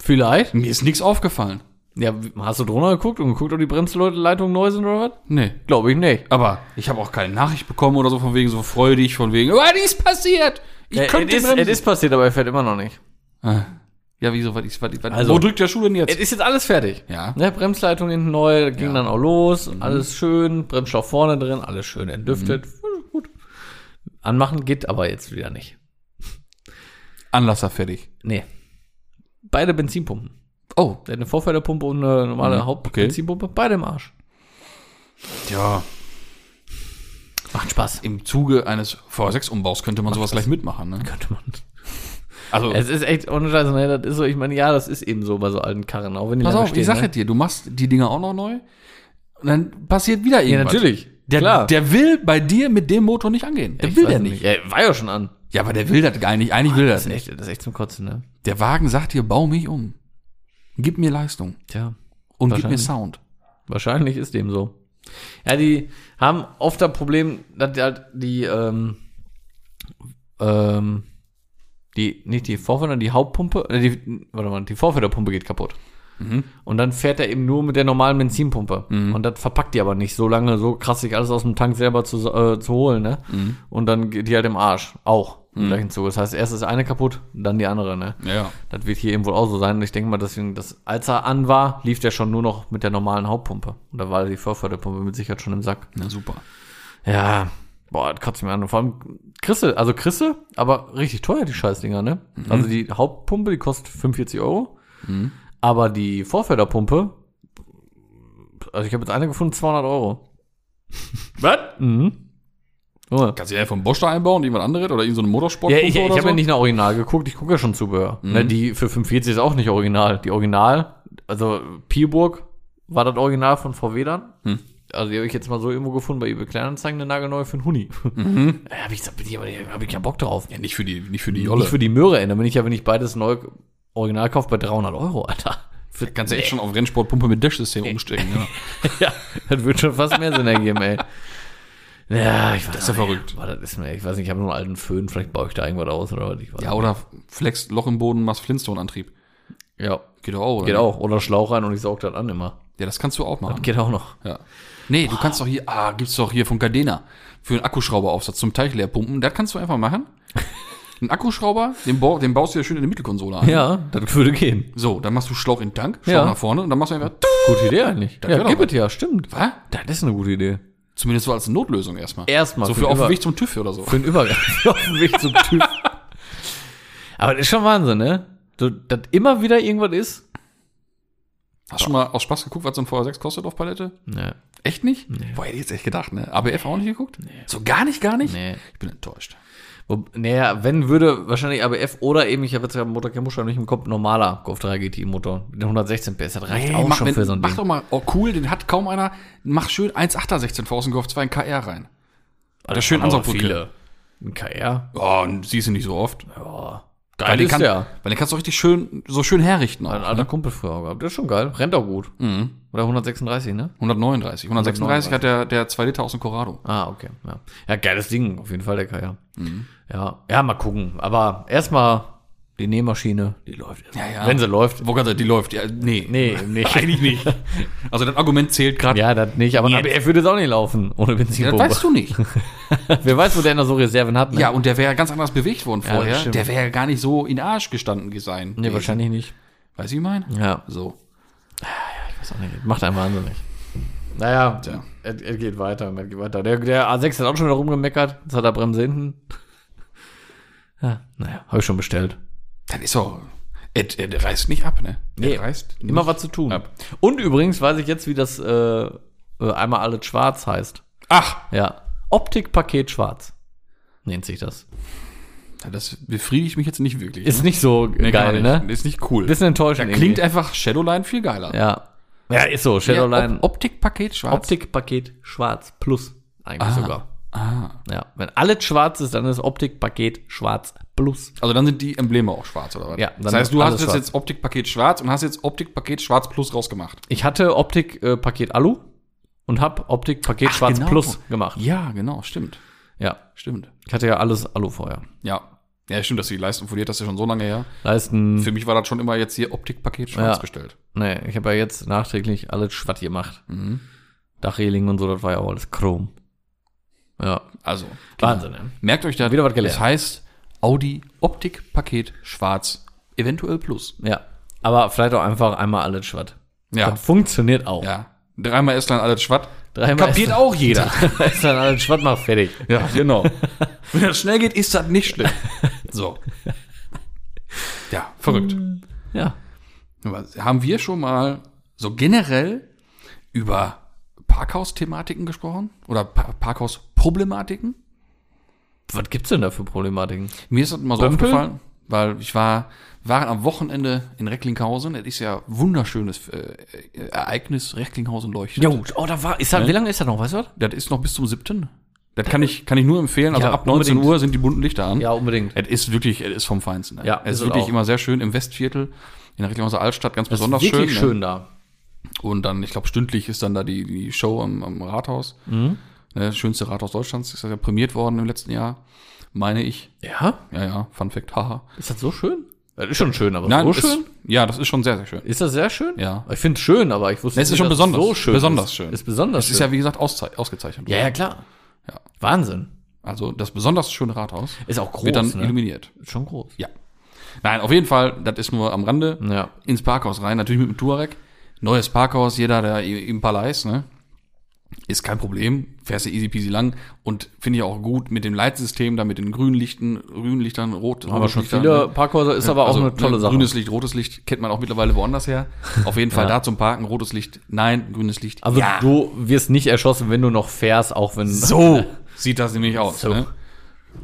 A: Vielleicht?
B: Mir ist nichts aufgefallen.
A: Ja, wie- hast du drunter geguckt und geguckt, ob die Bremsleitungen neu sind oder was?
B: Nee.
A: Glaube ich nicht.
B: Aber ich habe auch keine Nachricht bekommen oder so von wegen so freudig, von wegen, oh, die ist passiert! Ich
A: Äh,
B: könnte
A: es, ist, es
B: bremsen.
A: ist passiert, aber er fährt immer noch nicht.
B: Ah. Ja, wieso? Was, ist- was, was,
A: Also-
B: wo drückt der Schuh denn jetzt?
A: Es ist jetzt alles fertig.
B: Ja.
A: Ne, Bremsleitung hinten neu, ging
B: Ja.
A: dann auch los, alles schön, Bremsschlauch vorne drin, alles schön entlüftet. Gut. Anmachen geht aber jetzt wieder nicht.
B: Anlasser fertig.
A: Nee. Beide Benzinpumpen.
B: Oh,
A: Der hat eine Vorförderpumpe und eine normale
B: Mhm,
A: Hauptbenzinpumpe, beide im Arsch.
B: ja.
A: Macht Spaß.
B: Im Zuge eines V6-Umbaus könnte man sowas gleich mitmachen, ne?
A: Könnte man.
B: Also,
A: Es ist echt ohne Scheiße, ne, das ist so, ich meine, ja, das ist eben so bei so alten Karren, auch wenn die
B: Pass
A: lange
B: auf, ich sage
A: ne?
B: dir, du machst die Dinger auch noch neu und dann passiert wieder
A: Ja,
B: irgendwas.
A: natürlich.
B: Der,
A: Klar.
B: der will bei dir mit dem Motor nicht angehen. Der
A: Ich
B: will
A: weiß
B: der
A: es
B: nicht.
A: Ja, war ja schon an.
B: Ja, aber der will das gar nicht. Eigentlich will er das
A: Das ist
B: nicht.
A: echt, das ist echt zum Kotzen, ne?
B: Der Wagen sagt dir, bau mich um. Gib mir Leistung
A: Tja.
B: und gib mir
A: Wahrscheinlich.
B: Sound.
A: Wahrscheinlich ist dem so. Ja, die haben oft das Problem, dass die halt die, ähm, ähm, die, nicht die Vorfeder, die Hauptpumpe, äh, die, warte mal, die Vorfederpumpe geht kaputt. Und dann fährt er eben nur mit der normalen Benzinpumpe. Und das verpackt die aber nicht so lange, so krass sich alles aus dem Tank selber zu, äh, zu holen, ne? Und dann geht die halt im Arsch. Auch. Im gleichen Zug. Das heißt, erst ist eine kaputt, dann die andere, ne?
B: Ja.
A: Das wird hier eben wohl auch so sein. Und ich denke mal, deswegen, dass, als er an war, lief der schon nur noch mit der normalen Hauptpumpe. Und da war die Vorförderpumpe mit Sicherheit schon im Sack.
B: Na super.
A: Ja, boah, das kotzt mir an. Und vor allem Krisse, also Krisse, aber richtig teuer, die Scheißdinger, ne? Also die Hauptpumpe, die kostet 45 Euro. Aber die Vorförderpumpe, also ich habe jetzt eine gefunden, 200 Euro.
B: Was?
A: Mhm. Junge.
B: Kannst du ja vom Bosch da einbauen, irgendwas anderes oder irgendeine so eine
A: Ja,
B: Motorsportpumpe
A: ich, ich
B: oder
A: habe
B: so? Mhm.
A: ja nicht nach Original geguckt, ich gucke ja schon Zubehör. Ne, die für 45 ist auch nicht original. Die Original, also Pierburg war das Original von VW dann.
B: Hm.
A: Also die habe ich jetzt mal so irgendwo gefunden bei eBay Kleinanzeigen, eine nagelneue für einen Huni. Da Hab ich gesagt, bin ich aber nicht- hab ich keinen Bock drauf.
B: Mhm. ja, nicht für die, nicht für die
A: Nicht
B: Jolle.
A: für die Möhre, ey. dann bin ich ja, wenn ich beides neu original kaufe, bei 300 Euro, Alter. Für,
B: Kannst du echt schon auf Rennsportpumpe mit Dash-System umstellen. Ja.
A: ja, das würde schon fast mehr Sinn ergeben, ey. Ja, ich weiß
B: Das ist ja
A: auch nicht.
B: verrögt.
A: Boah, das ist mir, ich weiß nicht, ich habe nur einen alten Föhn, vielleicht baue ich da irgendwas aus oder was. Ich weiß
B: ja,
A: nicht.
B: oder Flex, Loch im Boden, machst Flintstone-Antrieb.
A: ja.
B: Geht doch auch, oder?
A: Geht auch. Oder Schlauch rein und ich saug das an immer.
B: Ja, das kannst du auch machen.
A: Geht auch noch.
B: Ja. Nee, du kannst doch hier, ah, gibt's doch hier von Gardena für einen Akkuschrauberaufsatz zum Teich leer pumpen. Das kannst du einfach machen. Einen Akkuschrauber, den, bau- den baust du ja schön in die Mittelkonsole ein.
A: Ja, das würde gehen.
B: So, dann machst du Schlauch in den Tank, Schlauch
A: Ja.
B: nach vorne und dann machst du einfach.
A: Gute Idee eigentlich.
B: wär
A: ja,
B: doch
A: gib
B: was.
A: es ja, stimmt.
B: Was?
A: Das ist eine gute Idee.
B: Zumindest so als Notlösung erstmal.
A: Erstmal
B: So
A: für
B: für auf dem
A: über-
B: Weg zum TÜV oder so.
A: Für den Übergang. auf dem Weg zum Typ. Aber das ist schon Wahnsinn, ne? So, dass immer wieder irgendwas ist.
B: Hast du schon mal aus Spaß geguckt, was so ein VR6 kostet auf Palette?
A: Nee.
B: Echt nicht? Nee. Boah, hätte ich jetzt echt gedacht, ne? ABF auch nicht geguckt? Nee. So gar nicht, gar nicht?
A: Nee.
B: Ich bin enttäuscht.
A: Wo, naja, wenn würde wahrscheinlich ABF oder eben, ich habe jetzt ja Motor kein Motor, nicht im Kopf, normaler Golf 3 GTI Motor mit 116 PS, das reicht auch
B: mach,
A: schon
B: wenn,
A: für so ein
B: mach
A: Ding.
B: doch mal, oh cool, den hat kaum einer. Mach schön 1,8er 16 V aus dem Golf 2 in KR rein.
A: Alter,
B: schön
A: aber
B: Ansaugbrücke.
A: viele. Ein KR.
B: Oh, und siehst du nicht so oft.
A: Ja.
B: Weil
A: Geil
B: den,
A: ist
B: kann,
A: der.
B: weil den kannst du richtig schön, so schön herrichten
A: Ein
B: auch.
A: alter Kumpel früher auch gehabt. Der ist schon geil. Rennt auch gut.
B: Hm? Mhm.
A: Oder 136, ne?
B: 139. 136 hat der, der 2 Liter aus dem Corrado.
A: Ah, okay. Ja. ja, geiles Ding, auf jeden Fall, der KR.
B: Mhm.
A: Ja. ja, mal gucken. Aber erstmal die Nähmaschine, die läuft. erst.
B: Ja, ja.
A: Wenn sie läuft.
B: Wo kannst du, die läuft. Ja, nee.
A: Nee, nicht.
B: Eigentlich nicht. Also das Argument zählt gerade.
A: Ja, das nicht, aber ein
B: Jetzt.
A: ABF würde es auch nicht laufen ohne
B: das
A: Benzinpumpe.
B: weißt du nicht.
A: Wer weiß, wo der noch so Reserven hat. Ne?
B: Ja, und der wäre ganz anders bewegt worden
A: das
B: vorher.
A: stimmt.
B: der wäre ja gar nicht so in den Arsch gestanden sein.
A: Nee, wahrscheinlich nicht.
B: Weiß ich mein?
A: Ja,
B: So.
A: Ist auch nicht- Macht einen wahnsinnig. Naja,
B: Tja.
A: er, er geht weiter, er geht weiter. Der, der A6 hat auch schon wieder rumgemeckert. Jetzt hat er Bremse hinten. Ja, naja, habe ich schon bestellt.
B: Dann ist auch. Er, er, der reißt nicht ab, ne?
A: Nee,
B: er reißt
A: Immer
B: nicht
A: was zu tun.
B: ab.
A: Und übrigens weiß ich jetzt, wie das äh, äh, einmal alles schwarz heißt.
B: Ach,
A: Ja, Optikpaket schwarz nennt sich das.
B: das befriedigt mich jetzt nicht wirklich. ne?
A: Ist nicht so
B: Nee, gar
A: geil,
B: nicht.
A: ne?
B: Ist nicht cool.
A: Bisschen enttäuschend.
B: Klingt
A: irgendwie.
B: einfach Shadowline viel geiler.
A: ja. Ja, ist so. Shadowline.
B: Op Optikpaket schwarz.
A: Optikpaket schwarz plus eigentlich sogar.
B: ah.
A: Ja, wenn alles schwarz ist, dann ist Optikpaket schwarz plus.
B: Also dann sind die Embleme auch schwarz, oder was?
A: Ja,
B: das
A: dann
B: heißt, du
A: alles
B: hast jetzt,
A: schwarz.
B: jetzt Optikpaket schwarz und hast jetzt Optikpaket schwarz plus rausgemacht.
A: Ich hatte Optikpaket Alu und habe Optikpaket schwarz
B: genau.
A: plus gemacht.
B: Ja, genau, stimmt.
A: Ja,
B: Stimmt.
A: ich hatte ja alles Alu vorher.
B: Ja. Ja, stimmt, dass du die Leistung verliert, das ist ja schon so lange her.
A: Leisten,
B: Für mich war das schon immer jetzt hier Optikpaket schwarz
A: Ja.
B: gestellt.
A: nee, ich habe ja jetzt nachträglich alles schwatt gemacht. Dachreling und so, das war ja auch alles Chrom. Ja,
B: Also,
A: Wahnsinn, ne?
B: merkt euch da
A: Wieder was gelernt.
B: Das heißt Audi Optikpaket schwarz, eventuell plus.
A: ja. Aber vielleicht auch einfach einmal alles schwatt.
B: Ja.
A: Das funktioniert auch.
B: Ja. Dreimal Estland, alles schwatt.
A: Dreimal
B: Kapiert
A: Estland.
B: auch jeder.
A: Da ist dann alles schwatt, macht fertig.
B: Ja, genau. Wenn das schnell geht, ist das nicht schlimm. So. Ja, verrückt.
A: Ja.
B: Aber Haben wir schon mal so generell über Parkhaus-Thematiken gesprochen? Oder pa Parkhaus-Problematiken?
A: Was gibt's denn da für Problematiken?
B: Mir ist das mal so
A: Bömpel?
B: aufgefallen, weil ich war, waren am Wochenende in Recklinghausen. Das ist ja wunderschönes äh, Ereignis, Recklinghausen leuchtet.
A: Jo, oh, da war, ist da, wie lange ist das noch, weißt du was?
B: Das ist noch bis zum 7. Das kann ich, kann ich nur empfehlen. Also
A: Ja,
B: ab 19
A: unbedingt.
B: Uhr sind die bunten Lichter an.
A: Ja, unbedingt.
B: Es ist wirklich, es ist vom Feinsten. Ne? es
A: Ja, ist
B: ist
A: es
B: wirklich
A: auch.
B: immer sehr schön im Westviertel, in der Recklinghauser Altstadt, ganz besonders
A: Ist
B: schön.
A: wirklich
B: ne?
A: schön da.
B: Und dann, ich glaube, stündlich ist dann da die, die Show am, am Rathaus.
A: Mhm.
B: Ne, das schönste Rathaus Deutschlands ist ja prämiert worden im letzten Jahr, meine ich.
A: Ja?
B: Ja, ja, Fun Fact, haha.
A: Ist das so schön? Das ist schon schön, aber so
B: Nein,
A: schön?
B: Ist, ja, das ist schon sehr, sehr schön.
A: Ist das sehr schön?
B: Ja.
A: Ich finde es schön, aber ich wusste
B: Es ist schon
A: dass
B: besonders.
A: so schön
B: Besonders
A: ist.
B: schön.
A: Ist besonders
B: Es ist ja, wie gesagt, auszei- ausgezeichnet.
A: ja, ja, klar.
B: Ja.
A: Wahnsinn.
B: Also das besonders schöne Rathaus
A: Ist auch groß,
B: wird dann
A: ne?
B: illuminiert.
A: Ist schon groß.
B: Ja. Nein, auf jeden Fall, das ist nur am Rande.
A: Ja.
B: Ins Parkhaus rein, natürlich mit dem Touareg. Neues Parkhaus, jeder, der i- im Palais, ne? Ist kein Problem, fährst du easy peasy lang und finde ich auch gut mit dem Leitsystem, da mit den grünen Lichten, grünen Lichtern, rot,
A: Haben wir
B: rote
A: schon
B: Lichter,
A: viele
B: ne?
A: Parkhäuser, ist aber auch
B: Also,
A: eine tolle
B: ne,
A: Sache.
B: Grünes Licht, rotes Licht kennt man auch mittlerweile woanders her. Auf jeden Fall da zum Parken, rotes Licht, nein, grünes Licht.
A: also
B: ja.
A: du wirst nicht erschossen, wenn du noch fährst, auch wenn.
B: So sieht das nämlich aus.
A: So.
B: Ne?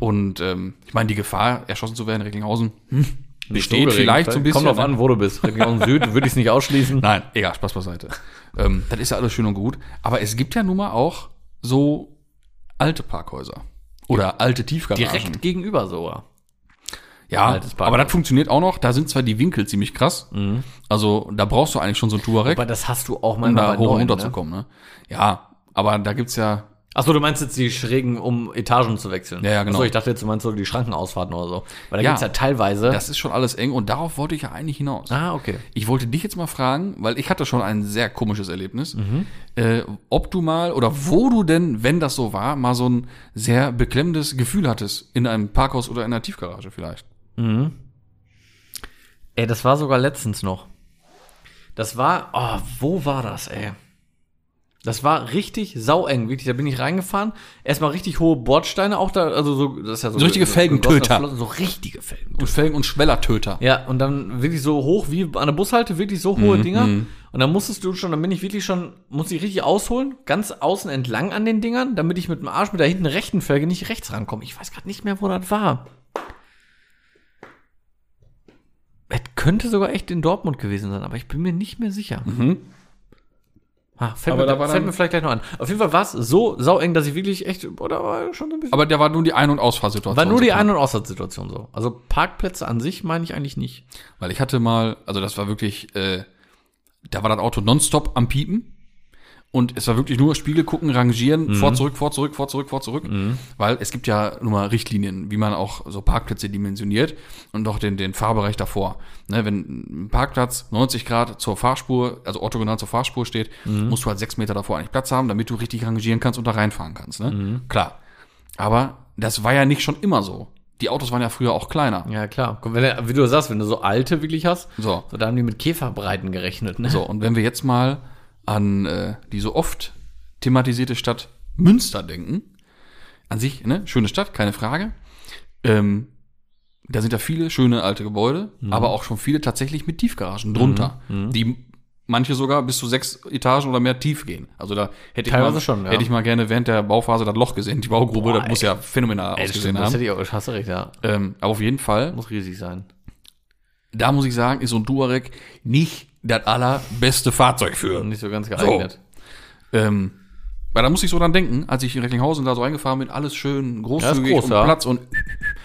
B: Und ähm, ich meine, die Gefahr, erschossen zu werden in Recklinghausen, hm,
A: So
B: besteht
A: gering.
B: vielleicht so ein bisschen.
A: Kommt drauf
B: ne?
A: an, wo du bist. Region Süd würde ich es nicht ausschließen.
B: Nein, egal, Spaß beiseite. ähm, das ist ja alles schön und gut. Aber es gibt ja nun mal auch so alte Parkhäuser. Oder alte Tiefgaragen.
A: Direkt gegenüber sogar.
B: Ja,
A: altes Parkhaus. Mhm.
B: aber das funktioniert auch noch. Da sind zwar die Winkel ziemlich krass. Also da brauchst du eigentlich schon so ein Touareg,
A: Aber das hast du auch
B: um
A: manchmal
B: da hoch und runter zu
A: ne?
B: kommen. Ne? Ja, aber da gibt's ja
A: Achso, du meinst jetzt die schrägen, um Etagen zu wechseln.
B: Ja, ja, genau.
A: Achso, ich dachte jetzt, du meinst so die Schrankenausfahrten oder so. Weil da
B: Ja.
A: gibt's ja teilweise.
B: Das ist schon alles eng und darauf wollte ich ja eigentlich hinaus.
A: Ah, okay.
B: Ich wollte dich jetzt mal fragen, weil ich hatte schon ein sehr komisches Erlebnis,
A: Mhm.
B: äh, ob du mal oder wo du denn, wenn das so war, mal so ein sehr beklemmendes Gefühl hattest in einem Parkhaus oder in einer Tiefgarage vielleicht.
A: Ey, das war sogar letztens noch. Das war, oh, wo war das, ey? Das war richtig saueng, wirklich. Da bin ich reingefahren. Erstmal richtig hohe Bordsteine auch da, also so, das ist ja so.
B: So richtige Felgentöter.
A: gegossene Flossen, So richtige Felgen.
B: Und Felgen- und Schwellertöter.
A: Ja, und dann wirklich so hoch wie an der Bushalte, wirklich so
B: Mhm,
A: hohe Dinger. Und dann musstest du schon, dann bin ich wirklich schon, muss ich richtig ausholen, ganz außen entlang an den Dingern, damit ich mit dem Arsch mit der hinten rechten Felge nicht rechts rankomme. Ich weiß gerade nicht mehr, wo das war. Es könnte sogar echt in Dortmund gewesen sein, aber ich bin mir nicht mehr sicher. Ha, fällt
B: Mhm. Aber
A: mir,
B: da war
A: fällt
B: dann-
A: mir vielleicht gleich noch an. Auf jeden Fall war es so saueng, dass ich wirklich echt, oder war schon so ein bisschen.
B: Aber da war nur die Ein- und Ausfahrsituation.
A: war nur die
B: so klar.
A: Ein- und Aussatzsituation so. Also Parkplätze an sich meine ich eigentlich nicht.
B: Weil ich hatte mal, also das war wirklich, äh, da war das Auto nonstop am Piepen. Und es war wirklich nur Spiegel gucken, rangieren, vor, zurück, vor, zurück, vor, zurück, vor, zurück. Weil es gibt ja nun mal Richtlinien, wie man auch so Parkplätze dimensioniert und auch den, den Fahrbereich davor. Ne, wenn ein Parkplatz 90 Grad zur Fahrspur, also orthogonal zur Fahrspur steht, musst du halt sechs Meter davor eigentlich Platz haben, damit du richtig rangieren kannst und da reinfahren kannst. Ne? Klar. Aber das war ja nicht schon immer so. Die Autos waren ja früher auch kleiner.
A: Ja, klar. Guck, Wenn, du- wie du sagst, wenn du so alte wirklich hast,
B: So.
A: so da haben die mit Käferbreiten gerechnet. Ne?
B: So, und wenn wir jetzt mal an äh, die so oft thematisierte Stadt Münster denken, an sich, ne, schöne Stadt, keine Frage. Ähm, da sind ja viele schöne alte Gebäude,
A: Mhm.
B: aber auch schon viele tatsächlich mit Tiefgaragen drunter, die manche sogar bis zu sechs Etagen oder mehr tief gehen. Also da hätte ich,
A: Teilweise
B: mal,
A: schon, ja.
B: hätte ich mal gerne während der Bauphase das Loch gesehen, die Baugrube,
A: Boah,
B: das muss ja phänomenal
A: Ey, das
B: ausgesehen
A: stimmt, das
B: haben.
A: hätte ich auch, hast du recht, ja.
B: Ähm, aber auf jeden Fall
A: Muss riesig sein.
B: da muss ich sagen, ist so ein Tuareg nicht das allerbeste Fahrzeug für.
A: Und nicht so ganz geeignet.
B: Ähm, weil da muss ich so dran denken, als ich in Recklinghausen da so eingefahren bin, alles schön großzügig
A: groß,
B: und
A: ja.
B: Platz und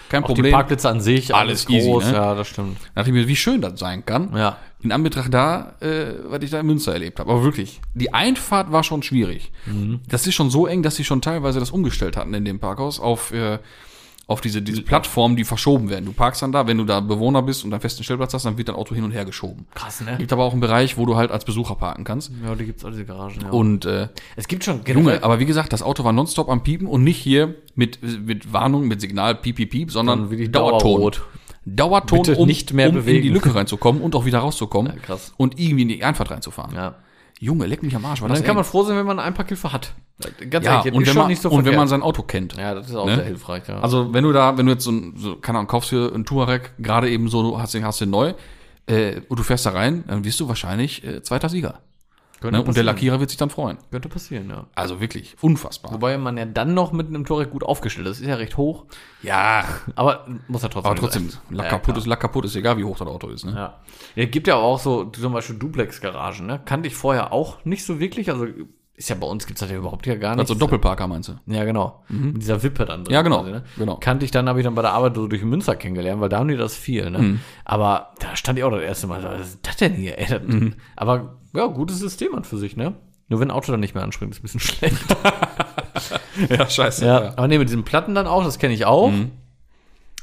B: kein
A: Auch die
B: Problem.
A: Parkplätze an sich,
B: Alles easy, ne?
A: ja, das stimmt.
B: Da dachte ich mir, wie schön das sein kann.
A: Ja.
B: In Anbetracht da, äh, was ich da in Münster erlebt habe. Aber wirklich, die Einfahrt war schon schwierig.
A: Mhm.
B: Das ist schon so eng, dass sie schon teilweise das umgestellt hatten in dem Parkhaus auf, äh, auf diese, diese Plattformen, die verschoben werden. Du parkst dann da, wenn du da Bewohner bist und einen festen Stellplatz hast, dann wird dein Auto hin und her geschoben.
A: Krass, ne?
B: Gibt aber auch einen Bereich, wo du halt als Besucher parken kannst.
A: Ja, die gibt's alle diese Garagen, ja.
B: Und äh,
A: es gibt schon
B: Junge, aber wie gesagt, das Auto war nonstop am Piepen und nicht hier mit, mit Warnung, mit Signal piep, piep, piep, sondern
A: Sondern wie die Dauerrot.
B: Dauerton,
A: Bitte
B: um,
A: nicht mehr
B: um in die
A: bewegen.
B: Lücke reinzukommen und auch wieder rauszukommen
A: Ja, krass.
B: und irgendwie in die Einfahrt reinzufahren.
A: ja.
B: Junge, leck mich am Arsch, war
A: Und
B: das
A: dann kann
B: eng.
A: man froh sein, wenn man einen Parkhilfe hat. Ganz
B: ja, und
A: das ist
B: wenn
A: schon
B: man,
A: nicht so
B: und wenn man
A: verkehrt.
B: sein Auto kennt.
A: Ja, das ist auch
B: ne?
A: sehr hilfreich, ja.
B: Also wenn du da, wenn du jetzt so ein, so, keine Ahnung, kaufst hier einen Touareg, gerade eben so, du hast den, hast den neu, äh, und du fährst da rein, dann wirst du wahrscheinlich äh, zweiter Sieger.
A: könnte,
B: Ne? Und der
A: passieren.
B: Lackierer wird sich dann freuen.
A: könnte passieren, ja.
B: Also wirklich, unfassbar.
A: Wobei man ja dann noch mit einem Torek gut aufgestellt ist. Ist ja recht hoch.
B: Ja,
A: Aber muss ja trotzdem.
B: Aber trotzdem, Lack
A: Ja,
B: kaputt ist Lack kaputt, ist egal, wie hoch das Auto ist. Ne?
A: Ja. ja. gibt ja auch so zum Beispiel Duplex-Garagen, ne? Kannte ich vorher auch nicht so wirklich. Also ist ja bei uns gibt es das ja überhaupt ja gar nicht.
B: Also Doppelparker meinst du?
A: ja, genau. Mit dieser Wippe dann drin.
B: Ja, genau,
A: ne?
B: genau.
A: Kannte ich dann, habe ich dann bei der Arbeit so durch Münster kennengelernt, weil da haben die das viel, ne?
B: Mhm.
A: Aber da stand ich auch das erste Mal, was ist das denn hier, ey? Das-
B: Mhm.
A: Aber ja, gutes System an für sich, ne? Nur wenn ein Auto dann nicht mehr anspringt, ist ein bisschen schlecht.
B: Ja, Mhm. scheiße.
A: Ja, aber nee, mit diesen Platten dann auch, das kenne ich auch.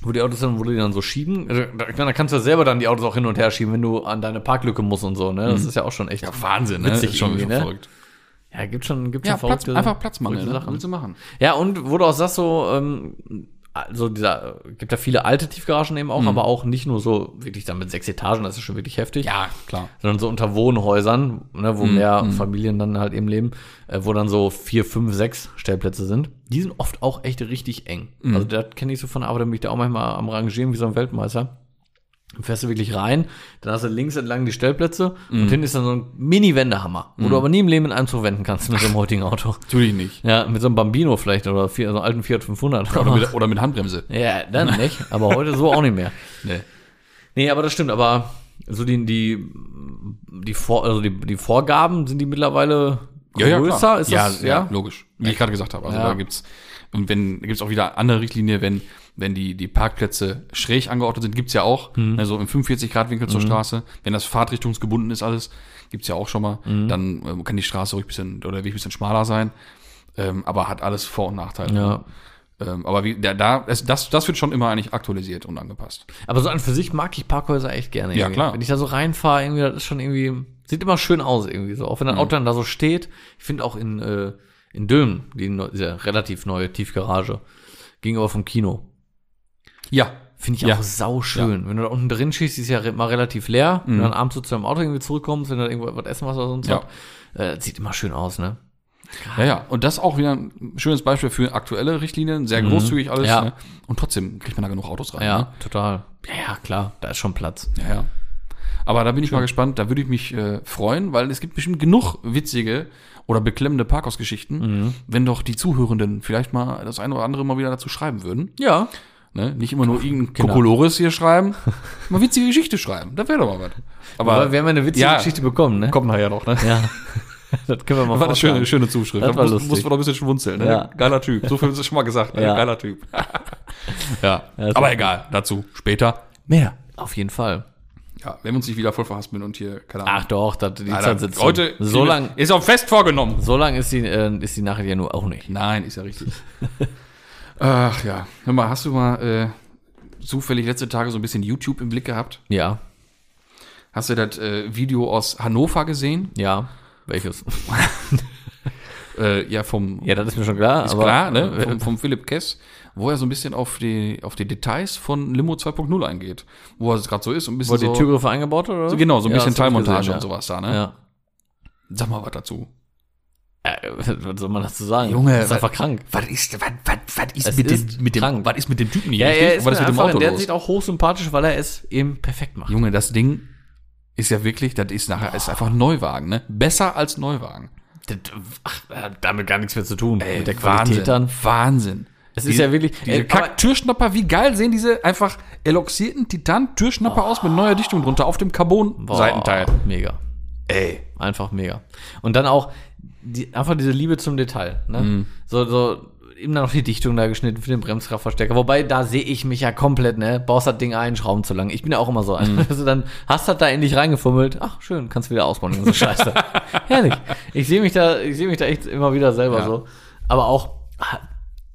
A: Wo die Autos dann, wo die dann so schieben. Also, da- Ich meine, da kannst du ja selber dann die Autos auch hin und her schieben, wenn du an deine Parklücke musst und so, ne? Das ist ja auch schon echt. Ja,
B: Mhm. Wahnsinn, ne?
A: Witzig
B: Ist schon,
A: irgendwie,
B: schon
A: ne?
B: verrückt.
A: ja gibt schon, gibt
B: Ja,
A: schon
B: Platz, einfach Platzmangel.
A: verrückte
B: Ne?
A: Sachen.
B: willst du machen?
A: Ja, und wo du auch sagst, so, ähm, also dieser, gibt ja viele alte Tiefgaragen eben
B: Mhm.
A: auch, aber auch nicht nur so wirklich dann mit sechs Etagen, das ist schon wirklich heftig.
B: Ja, klar.
A: sondern so unter Wohnhäusern, ne, wo mehr Familien dann halt eben leben, äh, wo dann so vier, fünf, sechs Stellplätze sind. Die sind oft auch echt richtig eng. Also das kenne ich so von der Arbeit, da bin ich da auch manchmal am Rangieren wie so ein Weltmeister. Dann fährst du wirklich rein, dann hast du links entlang die Stellplätze und hinten ist dann so ein Mini-Wendehammer, wo du aber nie im Leben einen Anzug wenden kannst mit so einem heutigen Auto.
B: Natürlich nicht.
A: Ja, mit so einem Bambino vielleicht oder Fiat- so einem alten Fiat 500.
B: Oder mit, oder mit Handbremse.
A: ja, dann nicht, aber heute so auch nicht mehr.
B: Ne.
A: Nee, aber das stimmt, aber so die, die, die, Vor, also die, die Vorgaben sind die mittlerweile größer?
B: klar.
A: Ist
B: ja,
A: das,
B: ja, logisch. Wie ich gerade gesagt habe. Also
A: Ja.
B: da gibt's und wenn gibt's auch wieder andere Richtlinie, wenn wenn die die Parkplätze schräg angeordnet sind, gibt's ja auch, also im 45 Grad Winkel zur Straße, wenn das fahrtrichtungsgebunden ist alles, gibt's ja auch schon mal, dann ähm, kann die Straße ruhig ein bisschen oder der Weg ein bisschen schmaler sein. Ähm, aber hat alles Vor- und Nachteile.
A: Ja.
B: Ähm, aber wie, da, da es, das, das wird schon immer eigentlich aktualisiert und angepasst.
A: Aber so an für sich mag ich Parkhäuser echt gerne.
B: Ja,
A: irgendwie.
B: klar.
A: Wenn ich da so reinfahre, irgendwie, das ist schon irgendwie, sieht immer schön aus irgendwie so. Auch wenn ein
B: Mhm.
A: Auto dann da so steht. Ich finde auch in, äh, in Dülmen, die neu, diese relativ neue Tiefgarage, gegenüber vom Kino,
B: Ja.
A: Finde ich
B: Ja. Mhm.
A: auch sauschön. Wenn du da unten drin schießt, die ist ja re- mal relativ leer. Wenn du dann abends so zu deinem Auto irgendwie zurückkommst, wenn du da irgendwo was essen machst oder sonst
B: Ja.
A: was. Äh, sieht immer schön aus, ne?
B: Ja, ja. Und das auch wieder ein schönes Beispiel für aktuelle Richtlinien. Sehr großzügig alles.
A: Ja.
B: Ne? Und trotzdem kriegt man da genug Autos rein. Ne?
A: Ja, total. Ja, ja, klar, da ist schon Platz.
B: Ja, ja. Aber da bin ich mal gespannt, da würde ich mich äh, freuen, weil es gibt bestimmt genug witzige oder beklemmende Parkhausgeschichten,
A: Mhm.
B: wenn doch die Zuhörenden vielleicht mal das eine oder andere mal wieder dazu schreiben würden.
A: Ja.
B: Ne? Nicht immer nur irgendein
A: Genau.
B: Kokolores hier schreiben, mal witzige Geschichte schreiben, da wäre doch mal was.
A: Aber wir haben ja eine witzige
B: Ja.
A: Geschichte bekommen, ne?
B: kommt nachher noch, ne?
A: Ja. das können wir mal
B: War eine
A: vorschlagen.
B: schöne, schöne Zuschrift.
A: Das
B: Da
A: war
B: muss,
A: lustig.
B: muss man doch ein bisschen schwunzeln. Ne?
A: Ja.
B: Geiler Typ. So viel ist schon mal gesagt. Ne?
A: Ja.
B: Geiler Typ. ja.
A: das
B: Aber
A: war-
B: egal. Dazu später mehr.
A: Auf jeden Fall.
B: Ja, wenn wir uns nicht wieder voll verhaspeln und hier, keine Ahnung.
A: Ach doch, das, die
B: Alter,
A: Zeit sitzt. um.
B: heute
A: so lang,
B: ist auch fest vorgenommen.
A: so lang ist die, äh, ist die Nachricht ja nur auch nicht.
B: Nein, ist ja richtig. Ach ja. Hör mal, hast du mal äh, zufällig letzte Tage so ein bisschen YouTube im Blick gehabt?
A: Ja,
B: Hast du das äh, Video aus Hannover gesehen?
A: ja. Welches?
B: Äh, ja, vom
A: Ja, das ist mir schon klar.
B: ist
A: aber,
B: klar, ne?
A: äh,
B: Vom, vom Philipp Kess, wo er so ein bisschen auf die, auf die Details von Limo 2.0 eingeht. Wo er es gerade so ist, so ein bisschen.
A: Wurde
B: so,
A: die Türgriffe eingebaut oder?
B: so, genau, so ein
A: Ja,
B: bisschen
A: das hab ich
B: Teilmontage
A: gesehen,
B: und sowas da, ne?
A: Ja.
B: Sag mal was dazu.
A: ja. Äh, was soll man dazu sagen?
B: Junge,
A: das ist
B: wa-
A: einfach krank.
B: Was ist, was, was, was
A: Es
B: ist,
A: ist krank.
B: was ist mit dem Typen nicht
A: Ja,
B: richtig?
A: er
B: was
A: ist mir
B: ist mit dem
A: einfach
B: Auto
A: in der
B: los?
A: Hinsicht auch hochsympathisch, weil er es eben perfekt macht.
B: Junge, das Ding ist ja wirklich, das ist nachher, ist einfach ein Neuwagen, ne? Besser als Neuwagen.
A: Das, ach, das hat damit gar nichts mehr zu tun.
B: Ey,
A: Mit der Qualität dann.
B: Wahnsinn.
A: Es ist ja wirklich-
B: Diese
A: ey, Äh, aber-
B: Kack-Türschnapper, wie geil sehen diese einfach eloxierten Titan-Türschnapper aus mit neuer Dichtung drunter auf dem Carbon-Seitenteil.
A: Boah, Mega.
B: Ey.
A: Einfach mega. Und dann auch die, einfach diese Liebe zum Detail. Ne?
B: Mhm.
A: So, so eben dann noch die Dichtung da geschnitten für den Bremskraftverstärker. Wobei, da sehe ich mich ja komplett, ne? Baust das Ding ein, Schrauben zu lang. Ich bin ja auch immer so
B: Mhm.
A: ein. Also dann hast du das da endlich reingefummelt. Ach, schön, kannst wieder ausbauen, die ganze Scheiße. Herrlich. Ich sehe mich da, ich sehe mich da echt immer wieder selber
B: Ja.
A: so. Aber auch ah,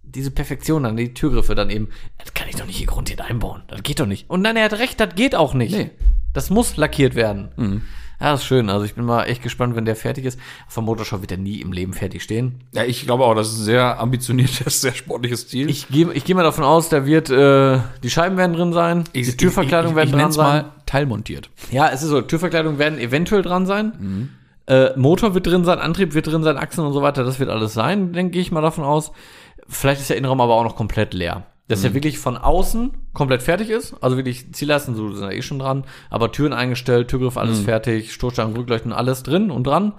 A: diese Perfektion dann, die Türgriffe dann eben, das kann ich doch nicht hier grundiert einbauen. Das geht doch nicht. Und nein, er hat recht, das geht auch nicht.
B: Nee. Mhm.
A: Das muss lackiert werden. Ja, das ist schön. Also ich bin mal echt gespannt, wenn der fertig ist. Vom Motorshop wird er nie im Leben fertig stehen.
B: Ja, ich glaube auch, das ist ein sehr ambitioniertes, sehr sportliches Ziel.
A: Ich gehe ich gehe mal davon aus, da wird äh, die Scheiben werden drin sein, die Türverkleidung
B: ich, ich,
A: werden
B: ich, ich
A: dran
B: nenn's
A: sein.
B: mal teilmontiert.
A: Ja, es ist so, Türverkleidung werden eventuell dran sein. Äh, Motor wird drin sein, Antrieb wird drin sein, Achsen und so weiter, das wird alles sein, denke ich mal davon aus. Vielleicht ist der Innenraum aber auch noch komplett leer. Dass er wirklich von außen komplett fertig ist, also wirklich Zielleisten, so sind ja eh schon dran, aber Türen eingestellt, Türgriff, alles fertig, Stoßstangen, Rückleuchten, alles drin und dran.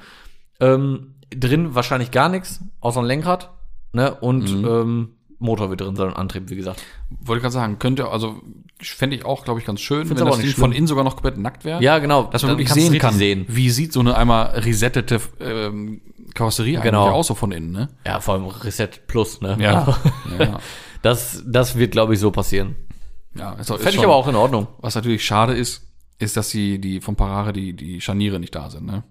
A: Ähm, drin wahrscheinlich gar nichts, außer ein Lenkrad, ne, und ähm, Motor wird drin sein und Antrieb, wie gesagt.
B: Wollte ich gerade sagen, könnte, also fände ich auch, glaube ich, ganz schön,
A: Find's
B: wenn
A: aber
B: das
A: auch
B: Ding
A: nicht
B: von
A: schlimm.
B: innen sogar noch komplett nackt wäre.
A: Ja, genau,
B: Dass man
A: dann
B: wirklich
A: kannst du's
B: sehen
A: richtig
B: kann,
A: sehen.
B: wie sieht so eine einmal resettete ähm, Karosserie
A: Genau.
B: eigentlich aus, so von innen, ne?
A: Ja, vor allem Reset Plus, ne?
B: Ja. ja.
A: Das, das wird, glaube ich, so passieren.
B: ja ist auch- ist
A: Fände ich
B: schon-
A: aber auch in Ordnung.
B: Was natürlich schade ist, ist, dass die, die von Parare die, die Scharniere nicht da sind, ne?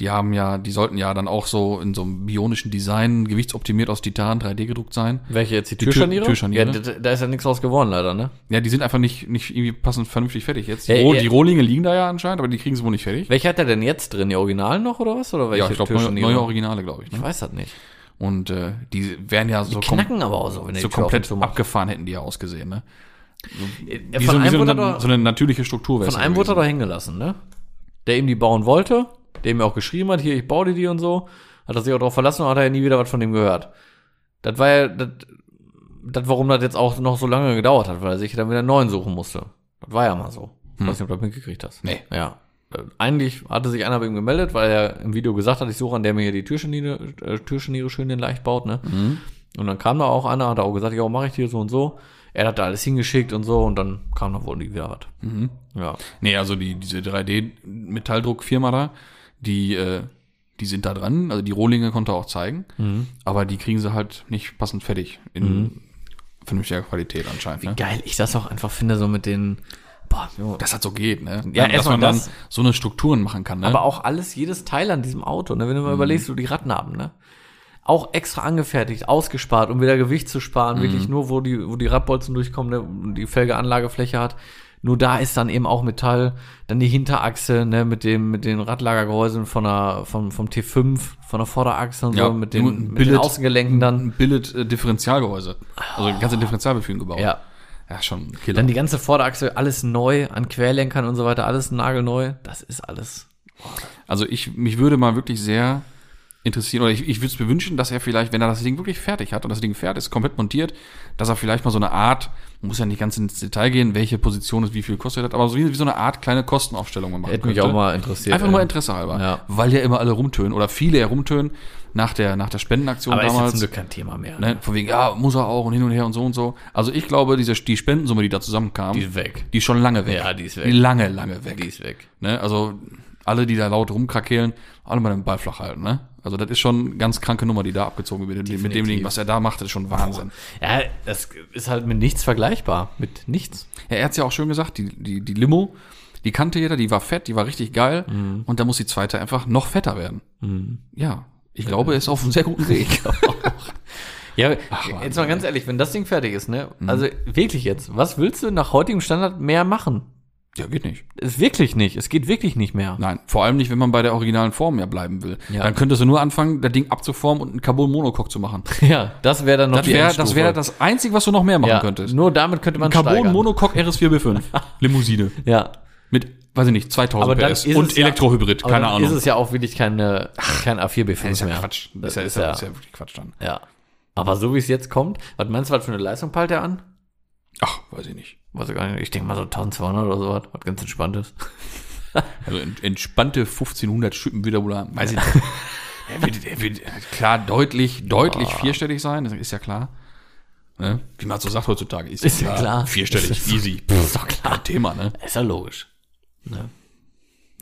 B: Die haben ja, die sollten ja dann auch so in so einem bionischen Design, gewichtsoptimiert aus Titan, 3D gedruckt sein.
A: Welche jetzt? Die,
B: Tür-
A: Türscharniere?
B: Türscharniere. ne?
A: Ja, da, da ist ja nichts raus geworden, leider, ne?
B: Ja, die sind einfach nicht, nicht irgendwie passend vernünftig fertig jetzt. Die,
A: Ja,
B: Roh,
A: ja.
B: die Rohlinge liegen da ja anscheinend, aber die kriegen sie wohl nicht fertig.
A: Welche hat er denn jetzt drin? Die Originalen noch oder was? Oder welche
B: Ja, ich glaube, neue,
A: Türscharniere?
B: neue Originale, glaube ich.
A: Ich
B: Ne?
A: weiß das nicht.
B: Und äh, die wären ja so, kom
A: Knacken aber auch so, wenn er
B: so
A: Tür auf und
B: komplett
A: zu macht.
B: abgefahren hätten die ja ausgesehen, ne?
A: Äh,
B: Wie
A: Von
B: so, wie
A: einem
B: so,
A: wurde er
B: eine,
A: doch-
B: so eine natürliche Struktur wäre
A: von einem wurde er doch hängen gelassen, ne? Der eben die bauen wollte, der ihm auch geschrieben hat, hier, ich baue dir die und so. Hat er sich auch darauf verlassen und hat er ja nie wieder was von dem gehört. Das war ja, das, das, warum das jetzt auch noch so lange gedauert hat, weil er sich dann wieder einen neuen suchen musste. Das war ja mal so. Ich weiß nicht, ob du das mitgekriegt hast.
B: Nee.
A: Ja. Äh, Eigentlich hatte sich einer bei ihm gemeldet, weil er im Video gesagt hat, ich suche an der mir hier die Türscharniere, äh, Türscharniere schön den leicht baut, ne? Und dann kam da auch einer, hat auch gesagt, ja, mache ich dir so und so. Er hat da alles hingeschickt und so und dann kam da wohl nie wieder was. Ja.
B: Nee, also die, diese 3D-Metalldruckfirma da, die, äh, die sind da dran. Also die Rohlinge konnte er auch zeigen.
A: Mhm.
B: Aber die kriegen sie halt nicht passend fertig. In vernünftiger Qualität anscheinend. Ne?
A: geil ich das auch einfach finde, so mit den. Boah, jo.
B: Das hat so geht, ne?
A: Ja,
B: dass
A: erst
B: man
A: mal
B: dann
A: das.
B: so eine Strukturen machen kann, ne?
A: Aber auch alles, jedes Teil an diesem Auto, ne? Wenn du mal überlegst, so die Radnaben, ne? Auch extra angefertigt, ausgespart, um wieder Gewicht zu sparen, wirklich nur, wo die, wo die Radbolzen durchkommen, ne? Und die Felge Anlagefläche hat. Nur da ist dann eben auch Metall, dann die Hinterachse, ne, mit dem, mit den Radlagergehäusen von der, vom, vom T5, von der Vorderachse und
B: Ja,
A: so, mit
B: nur ein
A: den, mit den
B: Billet-
A: Außengelenken dann. Ah.
B: ein Billet-Differentialgehäuse. äh, Also ein ganzes Differentialbefügen gebaut.
A: Ja.
B: Ja, schon ein Killer.
A: Dann die ganze Vorderachse, alles neu, an Querlenkern und so weiter, alles nagelneu. Das ist alles
B: Also ich, mich würde mal wirklich sehr interessieren, oder ich, ich würde es mir wünschen, dass er vielleicht, wenn er das Ding wirklich fertig hat und das Ding fertig ist, komplett montiert, dass er vielleicht mal so eine Art, man muss ja nicht ganz ins Detail gehen, welche Position es wie viel kostet hat, aber so wie, wie so eine Art kleine Kostenaufstellung mal machen
A: Hätte mich auch mal interessiert.
B: Einfach nur
A: ey.
B: Interesse halber.
A: Ja.
B: Weil ja immer alle rumtönen oder viele ja rumtönen nach der, nach der Spendenaktion
A: Aber ist jetzt
B: damals.
A: zum Glück kein Thema mehr.
B: ne? Von wegen, ja, muss er auch und hin und her und so und so. Also ich glaube, diese, die Spendensumme, die da zusammenkam,
A: Die ist weg.
B: die ist schon lange weg.
A: Ja, die ist weg.
B: Die lange, lange weg.
A: Die ist weg.
B: Ne? Also alle, die da laut rumkrakehlen, alle mal den Ball flach halten. Ne? Also das ist schon eine ganz kranke Nummer, die da abgezogen wird. Mit, mit dem Ding, was er da macht, ist schon Wahnsinn.
A: Ja, das ist halt mit nichts vergleichbar. Mit nichts.
B: Ja, er hat's ja auch schön gesagt, die, die, die Limo, die kannte jeder, die war fett, die war richtig geil.
A: Mhm.
B: Und da muss die zweite einfach noch fetter werden. Ja, ich glaube, er ist auf einem sehr guten Weg.
A: Ja, jetzt mal ganz ehrlich, wenn das Ding fertig ist, ne?
B: Mhm.
A: Also wirklich jetzt, was willst du nach heutigem Standard mehr machen?
B: ja, geht nicht.
A: Ist wirklich nicht. Es geht wirklich nicht mehr.
B: Nein, vor allem nicht, wenn man bei der originalen Form ja bleiben will.
A: Ja.
B: Dann könntest du nur anfangen, das Ding abzuformen und einen Carbon-Monocoque zu machen.
A: Ja, das wäre dann noch
B: Das wäre das, wär
A: das
B: das Einzige, was du noch mehr machen
A: ja,
B: könntest.
A: Nur damit könnte man
B: Carbon
A: steigern.
B: Monocoque RS4B5 Limousine
A: Ja.
B: mit weiß ich nicht 2000
A: Aber dann
B: PS
A: ist es
B: und
A: ja-
B: Elektrohybrid,
A: Aber
B: keine
A: dann
B: Ahnung.
A: Ist es ja auch wirklich keine, kein A4B5
B: ist ja
A: mehr.
B: Quatsch.
A: Das
B: Ist ja, ist, ja, ist ja wirklich Quatsch dann.
A: ja. Aber so wie es jetzt kommt, was meinst du, was für eine Leistung peilt er an?
B: Ach, weiß ich nicht.
A: Weiß ich gar nicht. Ich denke mal so 1200 oder sowas, was ganz entspanntes.
B: Also ent, entspannte 1500 Schippen wieder wohl haben. Weiß ich nicht. er wird, er wird klar deutlich, deutlich vierstellig sein, das ist ja klar. Ne? Wie man so sagt heutzutage, ist,
A: Ist ja klar.
B: Vierstellig,
A: Ist ja-
B: easy.
A: ist doch klar.
B: Kein Thema, ne?
A: Ist ja logisch. Ne?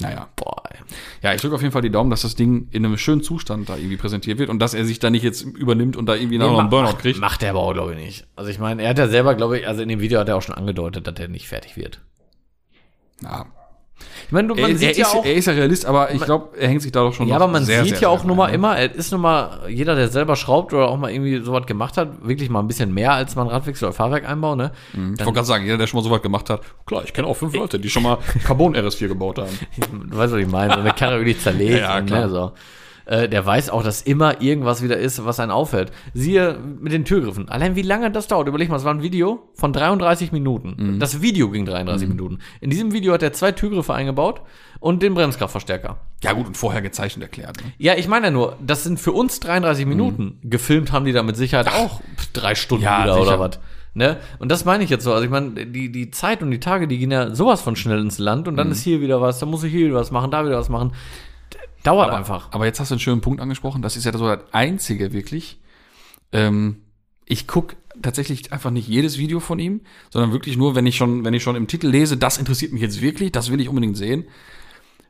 B: Naja.
A: Boah, ey.
B: Ja, ich drücke auf jeden Fall die Daumen, dass das Ding in einem schönen Zustand da irgendwie präsentiert wird und dass er sich da nicht jetzt übernimmt und da irgendwie nachher noch einen Burnout kriegt.
A: Macht er aber auch, glaube ich, nicht. Also ich meine, er hat ja selber, glaube ich, also in dem Video hat er auch schon angedeutet, dass er nicht fertig wird.
B: Ja.
A: Ich meine, du-
B: Er,
A: man sieht
B: er,
A: ja
B: ist,
A: auch,
B: er ist ja Realist, aber ich glaube, er hängt sich da doch schon
A: ja,
B: noch
A: aber man
B: sehr,
A: sieht
B: sehr,
A: ja
B: sehr
A: auch
B: rein,
A: nun mal
B: ne?
A: immer, er ist nun mal, jeder, der selber schraubt oder auch mal irgendwie sowas gemacht hat, wirklich mal ein bisschen mehr als man Radwechsel oder Fahrwerk einbaut, ne?
B: Ich wollte gerade sagen, jeder, der schon mal so weit gemacht hat, klar, ich kenne auch
A: Äh,
B: fünf Leute, die schon mal Carbon RS4 gebaut haben.
A: Du weißt, was ich meine. So eine Karre wirklich zerlegt.
B: Ja,
A: und,
B: klar.
A: Ne, so. Äh, der weiß auch, dass immer irgendwas wieder ist, was einen auffällt. Siehe mit den Türgriffen. Allein wie lange das dauert. Überleg mal, es war ein Video von 33 Minuten.
B: Mhm.
A: Das Video ging 33 Minuten. In diesem Video hat er zwei Türgriffe eingebaut und den Bremskraftverstärker.
B: Ja gut, und vorher gezeichnet erklärt. Ne?
A: Ja, ich meine ja nur, das sind für uns
B: Mhm.
A: 33 Minuten. Gefilmt haben die da mit Sicherheit auch pf, drei Stunden
B: Ja,
A: wieder
B: sicher.
A: oder was. Ne? Und das meine ich jetzt so. Also ich meine, die, die Zeit und die Tage, die gehen ja sowas von schnell ins Land und dann
B: Mhm.
A: ist hier wieder was, dann muss ich hier wieder was machen, da wieder was machen. D- Dauert einfach.
B: Aber jetzt hast du einen schönen Punkt angesprochen. Das ist ja so das Einzige wirklich. Ähm, ich guck tatsächlich einfach nicht jedes Video von ihm, sondern wirklich nur, wenn ich schon, wenn ich schon im Titel lese, das interessiert mich jetzt wirklich, das will ich unbedingt sehen,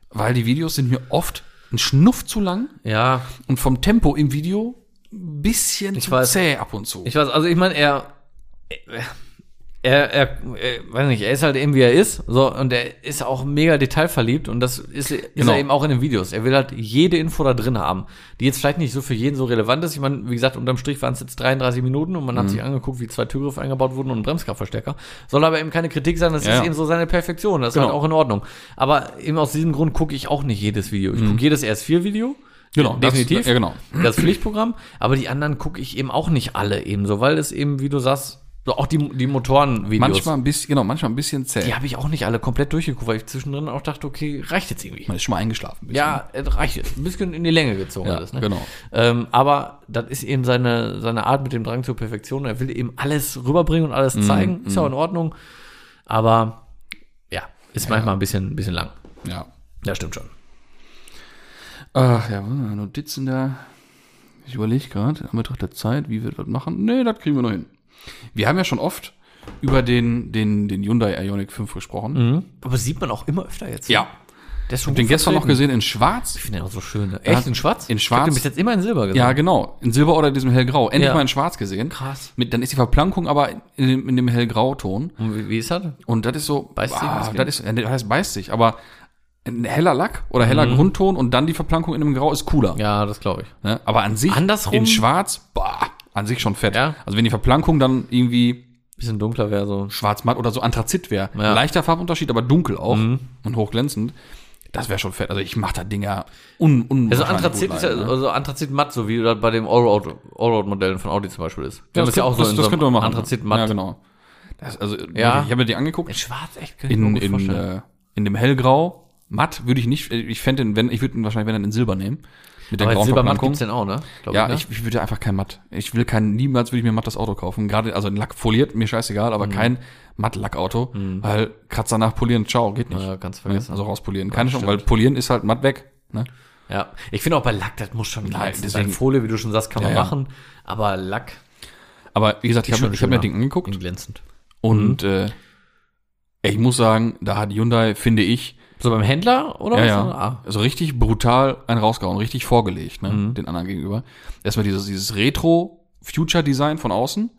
B: weil die Videos sind mir oft ein Schnuff zu lang
A: Ja,
B: und vom Tempo im Video ein bisschen zu
A: weiß.
B: zäh ab und zu.
A: ich weiß, also ich meine, er, er, er, er, weiß nicht, er ist halt eben wie er ist, so, und er ist auch mega detailverliebt und das ist, ist
B: Genau.
A: er eben auch in den Videos. Er will halt jede Info da drin haben, die jetzt vielleicht nicht so für jeden so relevant ist. Ich meine, wie gesagt, unterm Strich waren es jetzt 33 Minuten und man
B: Mhm.
A: hat sich angeguckt, wie zwei Türgriffe eingebaut wurden und ein Bremskraftverstärker. Soll aber eben keine Kritik sein, das
B: Ja,
A: ist
B: ja.
A: eben so seine Perfektion, das ist
B: Genau.
A: halt auch in Ordnung. Aber eben aus diesem Grund gucke ich auch nicht jedes Video. Ich gucke jedes RS4-Video.
B: Mhm. Genau, das-
A: definitiv.
B: ja, genau.
A: Das Pflichtprogramm, aber die anderen gucke ich eben auch nicht alle eben so, weil es eben, wie du sagst, so auch die, die Motoren-Videos.
B: manchmal ein bisschen, genau, manchmal ein bisschen zäh.
A: Die habe ich auch nicht alle komplett durchgeguckt, weil ich zwischendrin auch dachte, okay, reicht jetzt irgendwie.
B: Man ist schon mal eingeschlafen. ein bisschen.
A: Ja, es reicht jetzt. Ein bisschen in die Länge gezogen
B: Ja,
A: alles, ne?
B: genau.
A: Ähm, aber das ist eben seine, seine Art mit dem Drang zur Perfektion. Er will eben alles rüberbringen und
B: Mhm,
A: alles zeigen. Ist ja auch in Ordnung. Aber ja, ist manchmal ein bisschen, ein bisschen lang.
B: ja.
A: Ja, stimmt schon.
B: Ach ja, Notizen da. Ich überlege gerade, an Betracht der Zeit, wie wir das machen. Nee, das kriegen wir noch hin. Wir haben ja schon oft über den, den, den Hyundai Ioniq 5 gesprochen.
A: Aber sieht man auch immer öfter jetzt.
B: Ja.
A: Der ist schon
B: Den
A: gut
B: gestern noch
A: vertreten.
B: gesehen in Schwarz.
A: Ich finde den auch so schön. ne? Echt, in schwarz?
B: In
A: Ich hab
B: schwarz.
A: den bis jetzt immer in silber gesehen.
B: Ja, genau. In Silber oder diesem Hellgrau. Endlich
A: Ja.
B: mal in Schwarz gesehen.
A: Krass.
B: Mit, dann ist die Verplankung aber in dem, in dem Hellgrau-Ton.
A: Und wie, wie ist das?
B: Und das ist so.
A: Beißt sich
B: ah,
A: was
B: das ist, das heißt beißt sich, aber ein heller Lack oder heller Grundton und dann die Verplankung in einem Grau ist cooler.
A: Mhm. Ja, das glaube ich.
B: Ne? Aber an sich,
A: Andersrum-
B: in schwarz, bah, an sich schon fett.
A: Ja.
B: Also wenn die Verplankung dann irgendwie
A: Bisschen dunkler wäre so.
B: schwarz-matt oder so Anthrazit wäre,
A: Ja. Mhm.
B: leichter Farbunterschied, aber dunkel auch und hochglänzend, das wäre schon fett. Also ich mache das Ding ja un unwahrscheinlich
A: Also Anthrazit
B: gut
A: ist ja,
B: rein, ne?
A: also Anthrazit matt, so wie das bei dem Allroad, Allroad-Modellen von Audi zum Beispiel ist. Die
B: Ja,
A: haben
B: das, könnte- das,
A: in
B: das
A: einem
B: könnte man machen.
A: Anthrazit matt.
B: Ja, genau. Das, also,
A: Ja.
B: Ich habe mir die angeguckt.
A: In schwarz, echt, kann ich mir
B: In, äh,
A: gut
B: in,
A: vorstellen.
B: äh, in dem Hellgrau. Matt würde ich nicht, ich fände den, wenn, ich würde ihn wahrscheinlich, wenn dann in Silber nehmen. Mit der
A: Aber
B: grauen
A: Silbermatt
B: Verpackung.
A: gibt's denn auch, ne? Glaub
B: Ja,
A: ne?
B: ich, ich würde einfach kein Matt. Ich will kein, niemals würde ich mir matt das Auto kaufen. Gerade, also ein Lack foliert, mir scheißegal,
A: Mhm.
B: aber kein matt Lackauto, weil Kratzer nach polieren, ciao, geht nicht.
A: Ja, ganz vergessen.
B: also rauspolieren, keine Chance, weil polieren ist halt matt weg. Ne?
A: Ja, ich finde auch bei Lack, das muss schon
B: Nein,
A: Nein,
B: deswegen-
A: deswegen Folie, wie du schon sagst, kann man
B: Ja, ja.
A: machen, aber Lack
B: Aber wie gesagt, ich habe
A: schon
B: mir, ich hab mir das
A: schöner. Mhm.
B: Ding angeguckt
A: glänzend.
B: und äh, ich muss sagen, da hat Hyundai, finde ich,
A: So beim Händler oder
B: ja,
A: was?
B: ja,
A: Ah,
B: also richtig brutal einen rausgehauen, richtig vorgelegt, ne,
A: Mhm.
B: den anderen gegenüber. Erstmal dieses, dieses Retro-Future-Design von außen,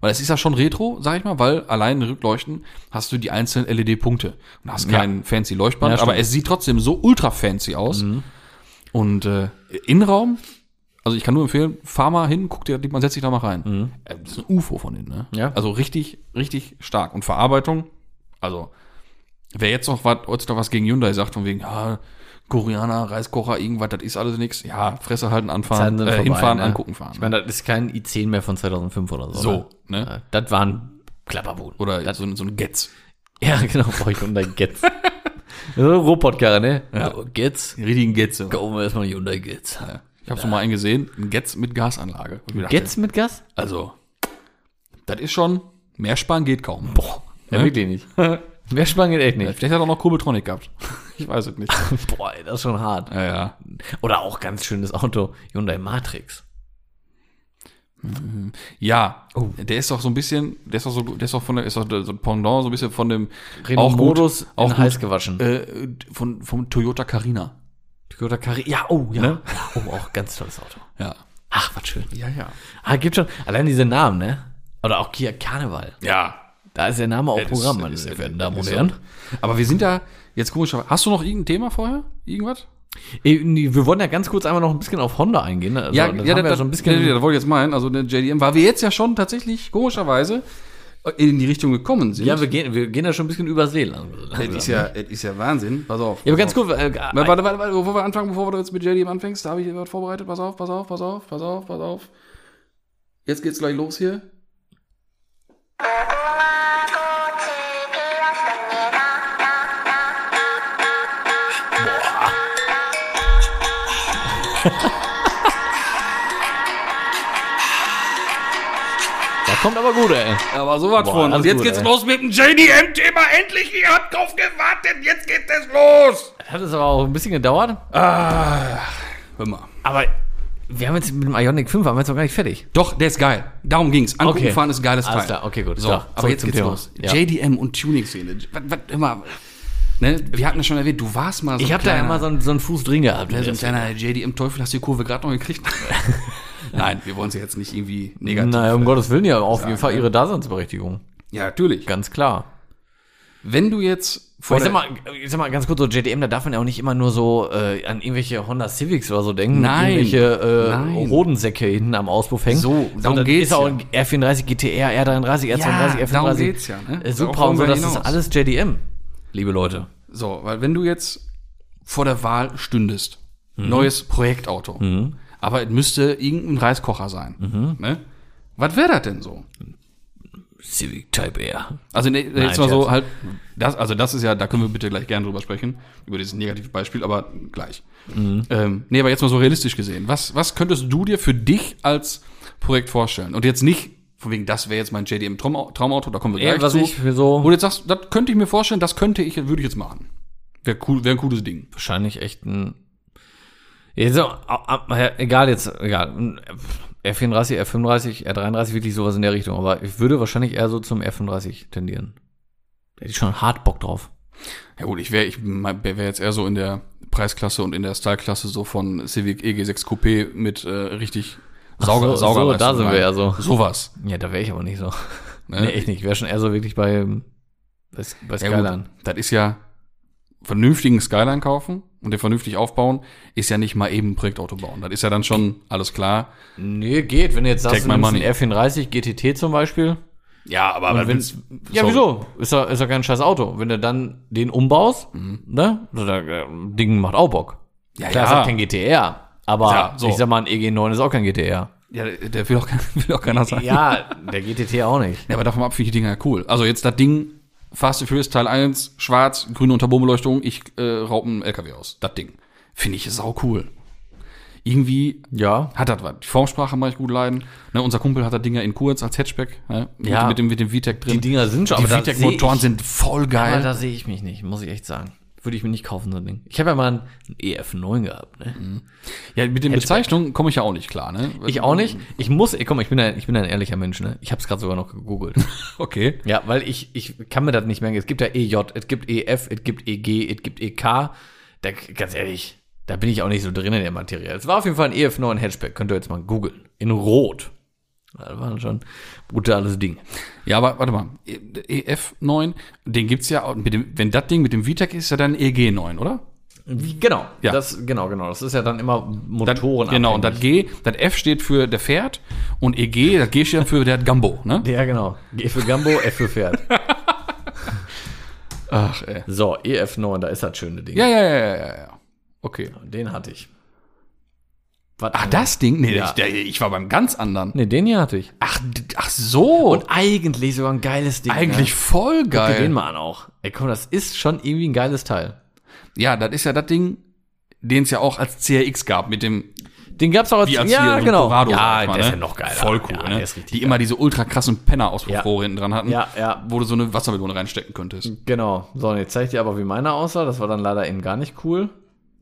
B: weil es ist ja schon Retro, sag ich mal, weil allein in Rückleuchten hast du die einzelnen LED-Punkte und hast
A: Ja.
B: keinen fancy Leuchtband,
A: Ja, stimmt. Mhm.
B: aber es sieht trotzdem so ultra fancy aus. Und äh, Innenraum, also ich kann nur empfehlen, fahr mal hin, guck dir, man setzt sich da mal rein. Äh, Das ist ein UFO von innen, ne?
A: Mhm. Ja.
B: Also richtig, richtig stark. Und Verarbeitung, also Wer jetzt noch was, heutzutage was gegen Hyundai sagt, von wegen, ja, Koreaner, Reiskocher, irgendwas, das ist alles nix. Ja, Fresse halten, anfahren,
A: Zeiten
B: äh,
A: sind vorbei,
B: hinfahren,
A: ne?
B: angucken, fahren.
A: Ich meine, das ist kein i10 mehr von 2005 oder so.
B: so,
A: ne?
B: ne?
A: Ja, Das waren Klapperbuden.
B: Oder so, ein- so ein Getz.
A: Ja, genau, brauche ich Hyundai Getz. so eine Robotkarre, ne? Ja. Getz.
B: Den richtigen Getze.
A: Kaufen wir erstmal Hyundai Getz.
B: Ich habe so mal einen gesehen, ein Getz mit Gasanlage. Und ich mir dachte,
A: Getz mit Gas?
B: Also, das ist schon, mehr sparen geht kaum.
A: Boah. Ja,
B: Ne?
A: wirklich nicht. Mehr Spann geht echt nicht.
B: Vielleicht hat er auch noch Kurbeltronik gehabt. ich weiß es nicht.
A: Boah, ey, das ist schon hart.
B: Ja, ja.
A: Oder auch ganz schönes Auto, Hyundai Matrix.
B: Ja,
A: Oh.
B: der ist doch so ein bisschen, der ist doch so, der ist doch von der, ist doch so ein Pendant, so ein bisschen von dem,
A: Renault
B: gut,
A: Modus
B: auch
A: in
B: gut.
A: Hals gewaschen.
B: äh, von, vom Toyota Carina.
A: Toyota Carrera. Ja, oh, ja.
B: Ne?
A: ja. Oh, auch ganz tolles Auto.
B: Ja.
A: Ach, was schön.
B: Ja, ja.
A: Ah, gibt schon. Allein diese Namen, ne? Oder auch Kia Karneval.
B: Ja,
A: Da ist der Name auch
B: das
A: Programm,
B: ist-
A: meine
B: ist-
A: sehr verehrten Damen
B: ist
A: und
B: so.
A: Herren.
B: Aber wir sind da jetzt komisch. Hast du noch irgendein Thema vorher? Irgendwas?
A: Eh, nee, Wir wollen ja ganz kurz einmal noch ein bisschen auf Honda eingehen. ne? Also, das haben wir
B: da-
A: ja schon ein bisschen.
B: ja, ja, das wollte ich jetzt meinen. Also der JDM, weil wir jetzt ja schon tatsächlich komischerweise in die Richtung gekommen sind.
A: Ja, wir gehen, wir gehen da schon ein bisschen über See lang.
B: das ist ja, das ist ja Wahnsinn. Pass auf.
A: Ja, aber ganz kurz. Äh,
B: Warte, warte, warte, warte, bevor wir anfangen, bevor du jetzt mit JDM anfängst, da habe ich was vorbereitet. Pass auf, pass auf, pass auf, pass auf, pass auf. Jetzt geht's gleich los hier.
A: da kommt aber gut, ey.
B: Aber sowas
A: Boah,
B: von.
A: alles
B: Und jetzt
A: gut,
B: geht's
A: ey.
B: los mit dem JDM-Thema. Endlich, ihr habt drauf gewartet. Jetzt geht es los.
A: Hat es aber auch ein bisschen gedauert.
B: Ah, Hör mal.
A: Aber wir haben jetzt mit dem Ionic 5 haben wir jetzt noch gar nicht fertig.
B: Doch, der ist geil. Darum ging's. Angucken
A: Okay.
B: fahren ist ein geiles
A: Alles
B: Teil.
A: klar, okay, gut.
B: So,
A: So,
B: aber
A: zurück
B: jetzt
A: zum
B: geht's
A: Thema.
B: los.
A: Ja.
B: JDM und Tuning-Szene. Was, was immer. Ne? Wir hatten das schon erwähnt, du warst mal so
A: Ich
B: ein
A: habe da ja
B: kleiner-
A: mal so einen, so einen Fuß drin gehabt.
B: ne, so ein kleiner JDM-Teufel, hast du die Kurve gerade noch gekriegt? Nein, wir wollen sie jetzt nicht irgendwie negativ.
A: Naja, um Gottes Willen ja, auf jeden Fall
B: ne?
A: ihre Daseinsberechtigung.
B: Ja, natürlich.
A: Ganz klar.
B: Wenn du jetzt vor
A: Aber ich sag,
B: der-
A: mal, ich sag mal ganz kurz, so JDM, da darf man ja auch nicht immer nur so äh, an irgendwelche Honda Civics oder so denken. mit
B: Nein.
A: Irgendwelche äh,
B: Nein.
A: Hodensäcke hinten am Auspuff hängen.
B: So, darum
A: Sondern
B: geht's
A: Ist auch
B: ja.
A: ein R34 GTR, R33, R32,
B: Ja,
A: R35.
B: darum geht's ja, ne?
A: Äh,
B: Darauf
A: Supra
B: wollen
A: und so,
B: wir
A: das
B: hinaus.
A: ist alles JDM, liebe Leute.
B: So, weil wenn du jetzt vor der Wahl stündest, neues Projektauto, aber es müsste irgendein Reiskocher sein, ne? Was wäre das denn so?
A: Civic Type R.
B: Also nee, jetzt mal
A: Scherz.
B: so halt, das, also das ist ja, da können wir bitte gleich gerne drüber sprechen, über dieses negative Beispiel, aber gleich.
A: Mhm.
B: Ähm, nee, aber jetzt mal so realistisch gesehen, was, was könntest du dir für dich als Projekt vorstellen? Und jetzt nicht, von wegen, das wäre jetzt mein JDM Traum, Traumauto, da kommen wir
A: Ja,
B: gleich
A: was
B: zu.
A: ich für so
B: Wo du jetzt sagst, das könnte ich mir vorstellen, das könnte ich, würde ich jetzt machen. Wäre cool, wäre ein cooles Ding.
A: wahrscheinlich echt ein. Ja, so, ab- ab- egal jetzt, egal. Ein R34, R35, R33, wirklich sowas in der Richtung. Aber ich würde wahrscheinlich eher so zum R35 tendieren. Da hätte ich schon hart Bock drauf.
B: Ja gut, ich wäre ich wäre jetzt eher so in der Preisklasse und in der Styleklasse so von Civic EG6 Coupé mit äh, richtig Sauger,
A: so, so, da sind wir ja so.
B: Sowas.
A: Ja, da wäre ich aber nicht so.
B: Ne?
A: Nee, echt nicht. Ich wäre schon eher so wirklich bei, ähm, bei, bei
B: Ja, gut,
A: Skyline.
B: das ist ja vernünftigen Skyline kaufen und den vernünftig aufbauen, ist ja nicht mal eben ein Projektauto bauen. Das ist ja dann schon alles klar.
A: nee, geht. Wenn du jetzt
B: Take
A: sagst, du
B: my
A: nimmst
B: money.
A: einen R34 GTT zum Beispiel.
B: Ja, aber
A: wenn- Ja,
B: so-
A: wieso? Ist ja, ist ja kein scheiß Auto. Wenn du dann den umbaust, ne? So, da, äh, Ding macht auch Bock.
B: Ja,
A: Klar,
B: ja.
A: ist halt kein GTR. Aber
B: Ja, so.
A: ich sag mal, ein EG9 ist auch kein GTR.
B: Ja, der will auch, kein- will auch keiner sein. Ja.
A: Ja, der GTT auch nicht.
B: aber davon ab finde ich die Dinger ja cool. Also jetzt das Ding Fast and Furious Teil 1, schwarz, grüne Unterbodenbeleuchtung, ich äh, raub einen LKW aus. Das Ding. Finde ich sau cool. Irgendwie
A: Ja.
B: hat das was. Die Formsprache mache ich gut leiden. Ne, unser Kumpel hat das Dinger in kurz als Hatchback. Ne, mit-
A: Ja.
B: Mit dem, mit dem VTEC drin.
A: Die Dinger sind schon,
B: Die
A: aber da
B: VTEC-Motoren
A: seh ich-
B: sind voll
A: Aber
B: geil.
A: da sehe ich mich nicht, muss ich echt sagen. Würde ich mir nicht kaufen, so ein Ding. Ich habe ja mal einen EF9 gehabt, ne?
B: ja, mit den
A: Hatchback.
B: Bezeichnungen komme ich ja auch nicht klar. Ne?
A: Ich auch nicht. Ich muss, ey, komm, ich bin ein, ich bin ein ehrlicher Mensch, ne? Ich habe es gerade sogar noch gegoogelt.
B: Okay.
A: ja, weil ich, ich kann mir das nicht merken. Es gibt ja EJ, es gibt EF, es gibt EG, es gibt EK. Da, ganz ehrlich, da bin ich auch nicht so drin in der Materie. Es war auf jeden Fall ein EF9 Hatchback. Könnt ihr jetzt mal googeln. In Rot. Das war schon ein brutales Ding.
B: Ja, aber warte mal. E- EF9, den gibt's ja auch. Mit dem, wenn das Ding mit dem VTEC ist, ist ja dann EG9, oder?
A: Wie- Genau,
B: Ja.
A: das, genau, genau. Das ist ja dann immer
B: Das-
A: Motoren.
B: Genau, und das G, das F steht für der Pferd und EG, das G steht für der hat Gambo, ne?
A: Ja, genau. G für Gambo, F für Pferd.
B: Ach, ey.
A: So, EF9, da ist das schöne Ding.
B: Ja, ja, ja, ja, ja, ja. Okay.
A: Den hatte ich. Was
B: Ach, das Ding? Nee,
A: Ja.
B: ich, der, ich war beim ganz anderen.
A: Ne, den hier hatte ich.
B: Ach, d- ach so.
A: Und eigentlich sogar ein geiles Ding.
B: eigentlich
A: ne?
B: voll
A: Guck dir den
B: geil.
A: mal an auch. Ey, komm, das ist schon irgendwie ein geiles Teil.
B: Ja, das ist ja das Ding, den es ja auch als CRX gab mit dem
A: Den gab's auch als,
B: wie als
A: ja,
B: hier so
A: genau.
B: Corrado.
A: ja,
B: sag ich mal,
A: der ist
B: ne?
A: ja noch geiler.
B: Voll cool,
A: ja,
B: ne?
A: Der ist
B: Die
A: richtig
B: immer diese ultra krassen Penner aus Rohre hinten dran hatten.
A: Ja, ja.
B: Wo du so eine Wassermelone reinstecken könntest.
A: Genau. So, und jetzt zeig ich dir aber, wie meiner aussah. Das war dann leider eben gar nicht cool.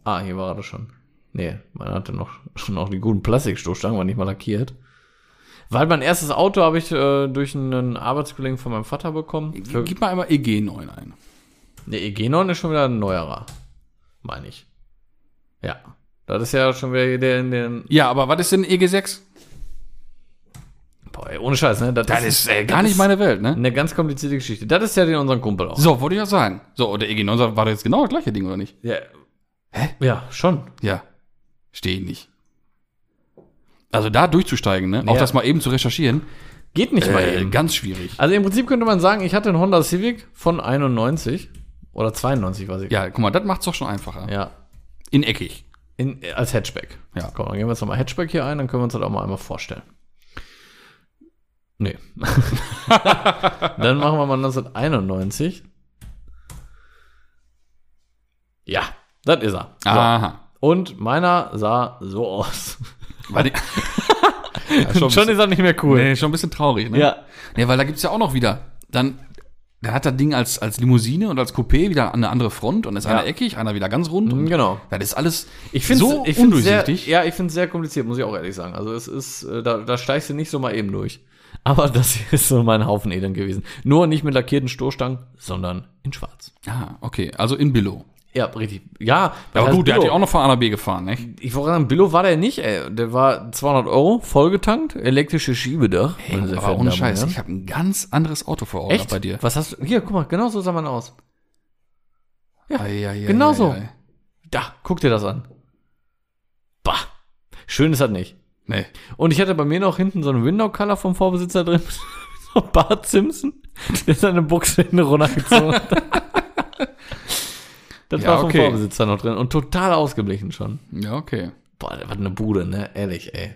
A: Ah, hier war er schon. Nee, meiner hatte noch, schon noch die guten Plastikstoßstangen, war nicht mal lackiert. Weil mein erstes Auto habe ich äh, durch einen Arbeitskollegen von meinem Vater bekommen. Für,
B: Äh, Gib mal einmal EG9 ein.
A: der EG9 ist schon wieder ein neuerer. Meine ich. Ja. Das ist ja schon wieder der in den.
B: Ja, aber was ist denn E EG6?
A: Boah, ey, ohne Scheiß, ne? Das,
B: äh, gar nicht meine Welt, ne?
A: Eine ganz komplizierte Geschichte. Das ist ja den unseren Kumpel auch.
B: So, wollte ich ja sagen. So, und der EG9 war doch jetzt genau das gleiche Ding, oder nicht?
A: Ja. Hä? Ja, schon.
B: Ja. Stehe ich nicht. Also da durchzusteigen, ne? Auch
A: Ja.
B: das mal eben zu recherchieren,
A: Geht nicht mal
B: äh,
A: eben.
B: ganz schwierig.
A: Also im Prinzip könnte man sagen, ich hatte einen Honda Civic von 91 oder 92, weiß ich.
B: Ja, guck mal, das macht's doch schon einfacher.
A: ja.
B: In eckig.
A: In, als Hatchback.
B: Ja.
A: Komm, dann gehen wir jetzt nochmal Hatchback hier ein, dann können wir uns das auch mal einmal vorstellen. Nee. dann machen wir mal 1991. Ja, das ist er.
B: Aha.
A: So. Und meiner sah so aus.
B: War die- ja, schon, schon,
A: ist er nicht mehr cool.
B: nee, schon ein bisschen traurig, ne?
A: Ja.
B: Ja, weil da gibt's ja auch noch wieder. Dann, da hat das Ding als, als Limousine und als Coupé wieder eine andere Front und ist einer eckig, einer wieder ganz rund. Und
A: Genau.
B: Das ist alles
A: Ich finde
B: so
A: ich find's sehr,
B: undurchsichtig.
A: ja, ich finde es sehr kompliziert, muss ich auch ehrlich sagen. Also es ist, äh, da, da steigst du nicht so mal eben durch. Aber das hier ist so mein Haufen Elend gewesen. Nur nicht mit lackierten Stoßstangen, sondern in Schwarz.
B: ah, okay. Also in Billow.
A: Ja, richtig. Ja,
B: Ja,
A: das
B: aber
A: heißt
B: gut, der hat ja
A: Billo.
B: auch noch von A nach B gefahren, ne?
A: Ich wollte sagen, Billo war der nicht, ey. Der war 200 Euro, vollgetankt, elektrische Schiebedach. meine sehr
B: Aber
A: verehrten
B: ohne
A: Damen und
B: Scheiß,
A: Herren.
B: ich habe ein ganz anderes Auto vor Augen
A: Echt?
B: bei dir.
A: Was hast du? Hier, guck mal, genau so sah man aus.
B: Ei, ei, ei,
A: genau
B: ei,
A: so.
B: ei.
A: Da, guck dir das an. Bah. Schön ist das nicht.
B: Nee.
A: Und ich hatte bei mir noch hinten so einen Window-Color vom Vorbesitzer drin. so Bart Simpson, der seine Buchse hinten runtergezogen hat. Das
B: Ja,
A: war vom
B: okay.
A: Vorbesitzer noch drin und total ausgeblichen schon.
B: Ja, okay.
A: Boah, das war eine Bude, ne? Ehrlich, ey.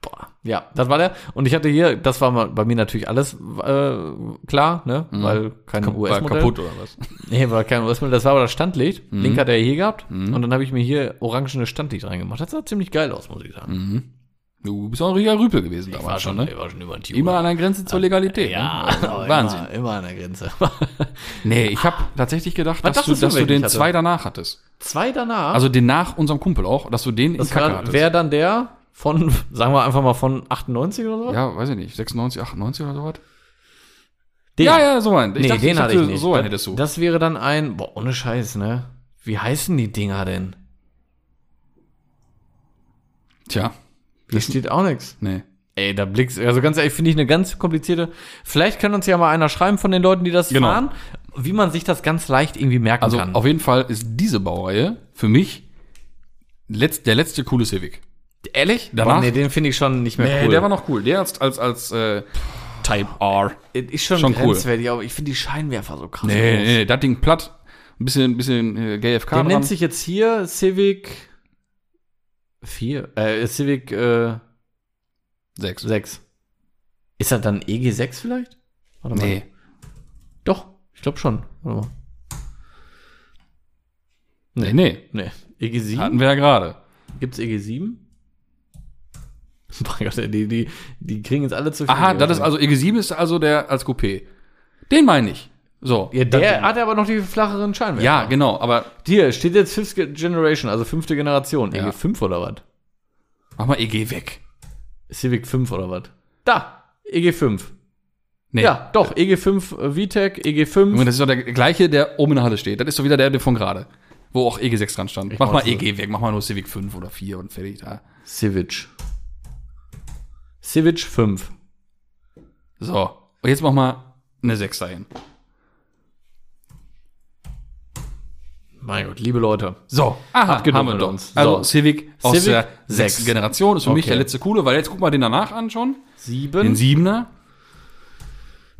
A: Boah. Ja, das war der. Und ich hatte hier, das war mal bei mir natürlich alles äh, klar, ne? Weil kein
B: War
A: US-Modell.
B: Mhm. kaputt Mhm. oder was?
A: Nee, war kein US-Modell. Das war aber das Standlicht. Link hat er hier gehabt.
B: Mhm.
A: Und dann habe ich mir hier orangene Standlicht reingemacht. Das sah ziemlich geil aus, muss ich sagen.
B: Du bist auch ein richtiger Rüpel gewesen
A: Ich war
B: damals
A: schon,
B: schon, ne?
A: ich war schon über den Tube.
B: Immer an der Grenze zur Legalität.
A: ja,
B: ne? Also,
A: aber
B: Wahnsinn.
A: Immer, immer an der Grenze.
B: Nee, ich habe tatsächlich gedacht, dass du,
A: dachtest du,
B: dass du
A: wenn
B: den
A: ich hatte?
B: zwei danach hattest.
A: Zwei danach.
B: Also den nach unserem Kumpel auch, dass du den
A: das war- wäre dann der von, sagen wir einfach mal von 98 oder so?
B: Ja, weiß ich nicht, 96, 98 oder sowas?
A: Den.
B: Ja, ja, so einen. Ich
A: nee,
B: dachte,
A: den
B: ich
A: hatte
B: hätte
A: ich nicht.
B: so einen
A: Das-
B: hättest du.
A: Das wäre dann ein, boah, ohne Scheiß, ne? Wie heißen die Dinger denn?
B: Tja,
A: Hier steht auch nichts.
B: nee.
A: Ey, da blickst also ganz ehrlich, finde ich eine ganz komplizierte. Vielleicht kann uns ja mal einer schreiben von den Leuten, die das
B: Genau.
A: fahren, wie man sich das ganz leicht irgendwie merken
B: Also
A: kann.
B: auf jeden Fall ist diese Baureihe für mich letzt, der letzte coole Civic.
A: ehrlich?
B: danach-
A: Boah, Oh, nee, den finde ich schon nicht mehr cool.
B: noch cool. Der als, als, als äh, Type R.
A: Es ist schon,
B: Schon cool.
A: grenzwertig, aber ich finde die Scheinwerfer so krass.
B: Nee,
A: groß.
B: nee, das Ding platt. Ein bisschen, ein bisschen äh, GFK
A: Der
B: dran.
A: nennt sich jetzt hier Civic 4, äh, Civic äh,
B: Sechs.
A: 6. Ist das dann EG6 vielleicht? Warte mal.
B: Nee.
A: Doch, ich glaube schon. Warte mal.
B: Nee, nee.
A: Nee, EG7?
B: Hatten wir ja gerade.
A: E Gibt's E EG7? Oh Mein Gott, die, die, die kriegen jetzt alle zu viel.
B: Aha,
A: Geld.
B: das ist also EG7 ist also der als Coupé. Den meine ich. So.
A: Ja, der hat aber noch die flacheren Scheinwerfer.
B: ja, genau, aber
A: Hier steht jetzt Fifth Generation, also fünfte Generation.
B: Ja.
A: EG5 oder was?
B: mach mal EG weg.
A: Civic 5 oder was? Da, EG5.
B: Nee.
A: Ja, doch, EG5 äh, VTEC, EG5.
B: Junge, das ist doch der gleiche, der oben in der Halle steht. Das ist doch wieder der, der von gerade. Wo auch EG6 dran stand. mach mal
A: brauche-
B: EG weg, mach mal nur Civic 5 oder 4 und fertig. Da.
A: Civic. Civic 5.
B: So. Und jetzt mach mal eine 6 dahin.
A: Mein Gott, liebe Leute.
B: So, aha,
A: genug
B: haben wir
A: mit
B: doch.
A: uns.
B: Also
A: So.
B: Civic aus
A: Civic
B: der
A: sechs.
B: sechsten Generation ist für mich
A: Okay.
B: der letzte coole, weil jetzt guck mal den danach an schon. Den
A: 7.
B: Siebener.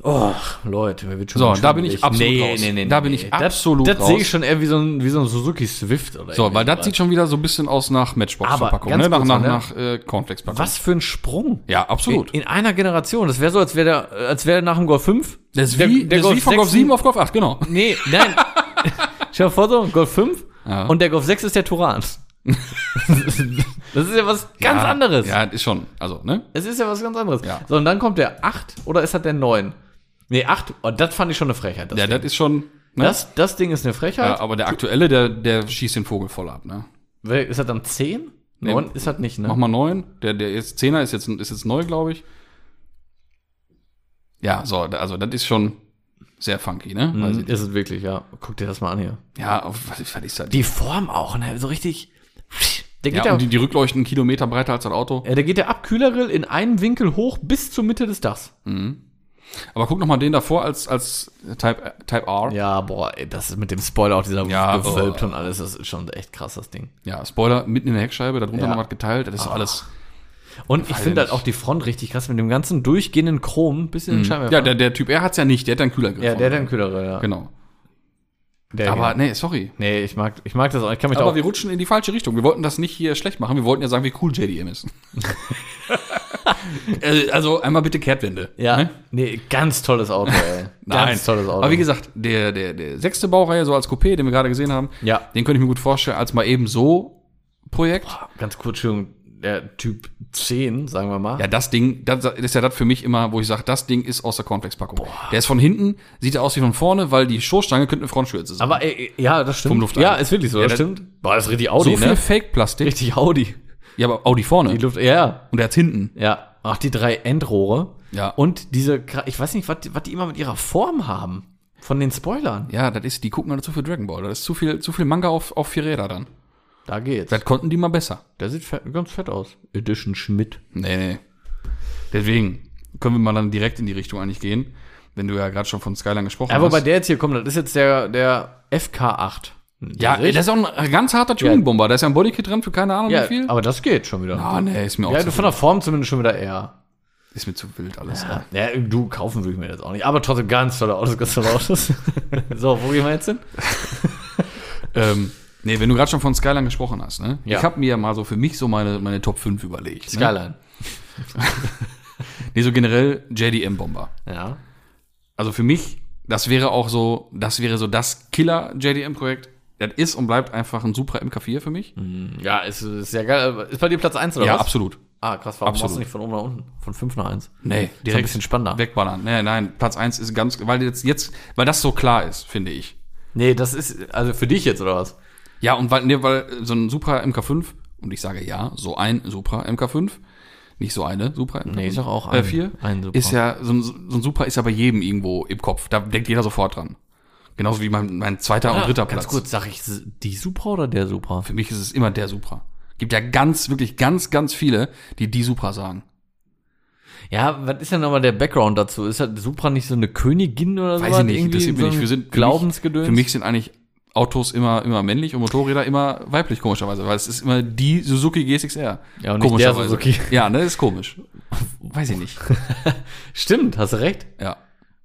A: Och, Leute, mir wird schon
B: So,
A: ganz
B: da
A: schwindelig.
B: bin ich absolut
A: nee,
B: raus.
A: Nee, nee,
B: Da
A: nee,
B: bin
A: nee.
B: ich
A: Das-
B: absolut
A: Das
B: raus.
A: sehe ich schon eher wie so ein, wie so ein Suzuki Swift oder
B: So,
A: irgendwie
B: weil das
A: sowas.
B: sieht schon wieder so ein bisschen aus nach Matchbox-Verpackung,
A: Aber
B: ne?
A: ganz
B: Nach,
A: kurz
B: nach,
A: mal, ne?
B: nach äh, Cornflakes-Packung.
A: Was für ein Sprung.
B: Ja, absolut.
A: In, in einer Generation. Das wäre so, als wäre der, als wäre nach dem Golf 5.
B: Das ist
A: Der-
B: wie, das
A: der
B: ist wie
A: Golf
B: von Golf
A: 6.
B: 7 auf Golf 8, genau.
A: Nee, nein. Stell dir vor, so, Golf 5
B: Ja.
A: und der Golf 6 ist der Turan. das ist ja was ganz
B: ja,
A: anderes.
B: Ja, ist schon. Also, ne?
A: Es ist ja was ganz anderes.
B: Ja.
A: So, und dann kommt der 8 oder ist das der 9? Nee, 8. Oh, das fand ich schon eine Frechheit. Das,
B: Ja,
A: Ding.
B: das ist schon. Ne?
A: das, das Ding ist eine
B: ja,
A: Frechheit.
B: Äh, aber der aktuelle, der, der schießt den Vogel voll ab, ne?
A: Wer- Ist das dann 10? 9 ist das nicht, ne?
B: Mach mal 9. Der, der ist 10er ist jetzt, ist jetzt neu, glaube ich. Ja, so, da- also das ist schon sehr funky, ne? Weiß
A: Mhm,
B: ich-
A: ist es wirklich, ja. Guck dir das mal an hier.
B: Ja, auf, was, was ist das?
A: Die Form auch, ne? So richtig. Der geht
B: ja,
A: ja,
B: und die, die Rückleuchten einen Kilometer breiter als das Auto.
A: ja, der geht der Abkühlergrill in einem Winkel hoch bis zur Mitte des Dachs.
B: Aber guck noch mal den davor als, als Type, Type R.
A: Ja, boah, ey, das ist mit dem Spoiler auch dieser
B: Ja,
A: gewölbt
B: oh.
A: und alles, das ist schon echt krass, das Ding.
B: Ja, Spoiler, mitten in der Heckscheibe, darunter
A: Ja.
B: noch was geteilt, das ist doch alles.
A: Und ich
B: Weiß
A: finde
B: ich
A: halt auch
B: nicht.
A: die Front richtig krass mit dem ganzen durchgehenden Chrom bis in den Scheinwerfer.
B: Mhm. Ja, der, der Typ R hat's ja nicht, der hat einen Kühlergriff.
A: ja, der hat genau. einen
B: vorne.
A: Kühlergrill, ja.
B: Genau.
A: Der
B: Aber
A: geht.
B: nee, sorry.
A: nee, ich mag, ich mag das auch, ich kann mich da
B: Aber
A: auch,
B: wir rutschen in die falsche Richtung. Wir wollten das nicht hier schlecht machen. Wir wollten ja sagen, wie cool JDM ist. Äh, also einmal bitte Kehrtwende.
A: ja,
B: Ne?
A: nee, ganz tolles Auto, ey.
B: Nein.
A: Ganz tolles Auto.
B: Aber wie gesagt, der, der, der sechste Baureihe, so als Coupé, den wir gerade gesehen haben,
A: ja,
B: den könnte ich mir gut vorstellen, als mal eben so Projekt.
A: ganz kurz, Entschuldigung, der Typ 10, sagen wir mal.
B: Ja, das Ding, das ist ja das für mich immer, wo ich sage, das Ding ist aus der Cornflakes-Packung. Der ist von hinten, sieht er aus wie von vorne, weil die Stoßstange könnte eine Frontschürze sein.
A: Aber ey, ey, ja, das stimmt.
B: Vom Luft
A: ja,
B: ein.
A: ist wirklich so,
B: Ja,
A: das
B: das-
A: stimmt. Boah, das ist richtig Audi,
B: so viel
A: ne?
B: Fake-Plastik.
A: Richtig Audi.
B: Ja, aber Audi vorne.
A: Die Luft, ja,
B: Und der hat hinten.
A: Ja, auch die drei Endrohre.
B: Ja.
A: Und diese, Kra- ich weiß nicht, was die was die immer mit ihrer Form haben. Von den Spoilern.
B: Ja, das ist, die gucken alle zu viel Dragon Ball. Das ist zu viel, zu viel Manga auf, auf vier Räder dann.
A: Da geht's.
B: Das konnten die mal besser.
A: Der sieht fett, ganz fett aus. Edition Schmidt.
B: Nee, nee. Deswegen können wir mal dann direkt in die Richtung eigentlich gehen, wenn du ja gerade schon von Skyline gesprochen
A: Aber bei
B: hast.
A: der jetzt hier kommt, das ist jetzt der, der FK8.
B: Ja, ey, das ist auch ein ganz harter Tuning-Bomber. Da ist ja ein Bodykit dran für keine Ahnung
A: ja,
B: wie viel.
A: aber das geht schon wieder.
B: Ah, nee, ist mir auch
A: ja,
B: zu
A: du von der Form zumindest schon wieder eher.
B: Ist mir zu wild alles.
A: Ja, du, kaufen würde ich mir jetzt auch nicht. Aber trotzdem ganz tolle Autos, ganz tolle Autos. so, wo gehen wir jetzt hin?
B: Ähm, nee, wenn du gerade schon von Skyline gesprochen hast, ne?
A: Ja.
B: Ich habe mir ja mal so für mich so meine, meine Top 5 überlegt. Ne?
A: Skyline.
B: Nee, so generell JDM-Bomber.
A: Ja.
B: Also für mich, das wäre auch so, das wäre so das Killer-JDM-Projekt. Das ist und bleibt einfach ein Supra MK4 für mich.
A: Ja, ist, ist ja geil. Ist bei dir Platz 1 oder
B: ja,
A: Mhm. was?
B: absolut.
A: Ah, krass, warum
B: Absolut.
A: machst du nicht von oben nach unten? Von 5 nach 1.
B: Nee,
A: direkt. Ist ein bisschen spannender.
B: Wegballern. Nee, nein, Platz 1 ist ganz, weil jetzt, jetzt, weil das so klar ist, finde ich.
A: Nee, das ist, also für dich jetzt, oder was?
B: Ja, und weil, nee, weil so ein Supra MK5, und ich sage ja, so ein Supra MK5, nicht so eine Supra MK5.
A: Nee, ich sag auch
B: Äh,
A: ein-
B: vier,
A: ein Supra.
B: Ist ja, so ein, so ein Supra ist ja bei jedem irgendwo im Kopf. Da denkt jeder sofort dran. Genauso wie mein, mein zweiter und dritter Platz.
A: Ah, Ganz kurz, sag ich die Supra oder der Supra?
B: Für mich ist es immer der Supra. Gibt ja ganz, wirklich ganz, ganz viele, die die Supra sagen.
A: Ja, was ist denn nochmal der Background dazu? Ist halt Supra nicht so eine Königin oder
B: Weiß
A: sowas?
B: ich nicht,
A: Irgendwie
B: das sieht
A: so
B: mir nicht.
A: ein
B: Wir sind
A: Glaubensgedöns?
B: Für mich sind eigentlich Autos immer, immer männlich und Motorräder immer weiblich, komischerweise. Weil es ist immer die Suzuki GSX-R.
A: Ja, und nicht der Suzuki.
B: Ja, ne, ist komisch. Weiß ich nicht.
A: Stimmt, hast du recht.
B: Ja.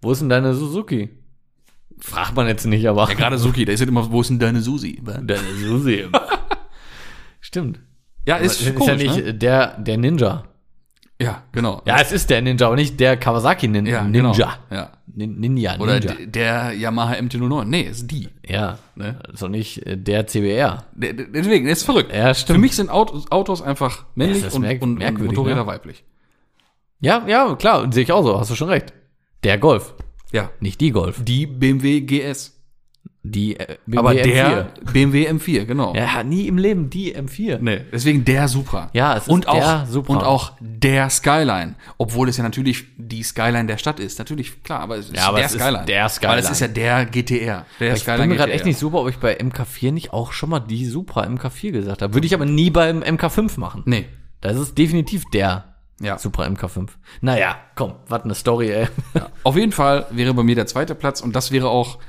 A: Wo ist denn deine Suzuki? Fragt man jetzt nicht, aber.
B: Ja, gerade Suzuki, da ist halt immer, wo ist denn deine Susi?
A: deine Susi. Stimmt.
B: Ja, ist
A: Aber
B: komisch,
A: ja nicht
B: ne?
A: der, der Ninja.
B: Ja, genau.
A: Ja, es ist der Ninja, aber nicht der Kawasaki Nin
B: Ja,
A: Ninja.
B: Genau. Ja.
A: Nin Ninja.
B: Oder
A: Ninja.
B: d- der Yamaha MT-09. Nee, ist die.
A: Ja,
B: Ne?
A: so nicht äh, der CBR.
B: D- d- Deswegen, das ist verrückt.
A: Ja, stimmt.
B: Für mich sind Autos, Autos einfach männlich
A: Ja, das ist
B: und,
A: merk-
B: und, und
A: merkwürdig,
B: Motorräder
A: ne?
B: weiblich.
A: Ja, ja, klar, sehe ich auch so, hast du schon recht. Der Golf,
B: Ja.
A: nicht die Golf.
B: Die BMW GS.
A: Die äh,
B: Aber
A: BMW
B: der
A: M4.
B: BMW M4, genau.
A: Ja, hat nie im Leben die M4.
B: Nee, deswegen der Supra.
A: Ja, es ist
B: und auch,
A: der Supra.
B: Und auch der Skyline. Obwohl es ja natürlich die Skyline der Stadt ist. Natürlich, klar, aber es ist
A: Ja, aber
B: der
A: es ist
B: Skyline.
A: der Skyline.
B: Weil es ist ja der GTR. Der
A: Ich bin mir gerade echt nicht super, ob ich bei MK4 nicht auch schon mal die Supra MK4 gesagt habe. Würde ich aber nie beim MK5 machen.
B: Nee.
A: Das ist definitiv der
B: Ja.
A: Supra MK5. Naja, komm, was eine Story, ey.
B: Auf jeden Fall wäre bei mir der zweite Platz und das wäre auch,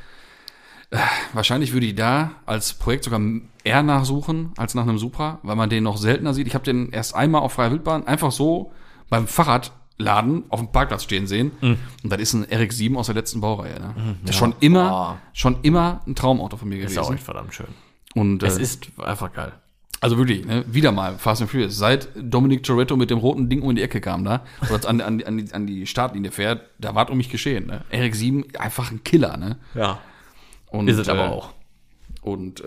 B: äh, wahrscheinlich würde ich da als Projekt sogar eher nachsuchen als nach einem Supra, weil man den noch seltener sieht. Ich habe den erst einmal auf freier Wildbahn einfach so beim Fahrradladen auf dem Parkplatz stehen sehen.
A: Mhm.
B: Und das ist ein RX-7 aus der letzten Baureihe. Ne? das ist schon immer, schon immer ein Traumauto von mir gewesen.
A: verdammt schön.
B: Und, äh,
A: Es ist einfach geil.
B: also wirklich, ne? wieder mal Fast and Furious. Seit Dominic Toretto mit dem roten Ding um die Ecke kam da, oder an, an, an, die, an die Startlinie fährt, da war um mich geschehen. Ne? Eric 7, einfach ein Killer. Ne?
A: Ja.
B: Und,
A: Ist es
B: äh,
A: aber auch.
B: Und äh,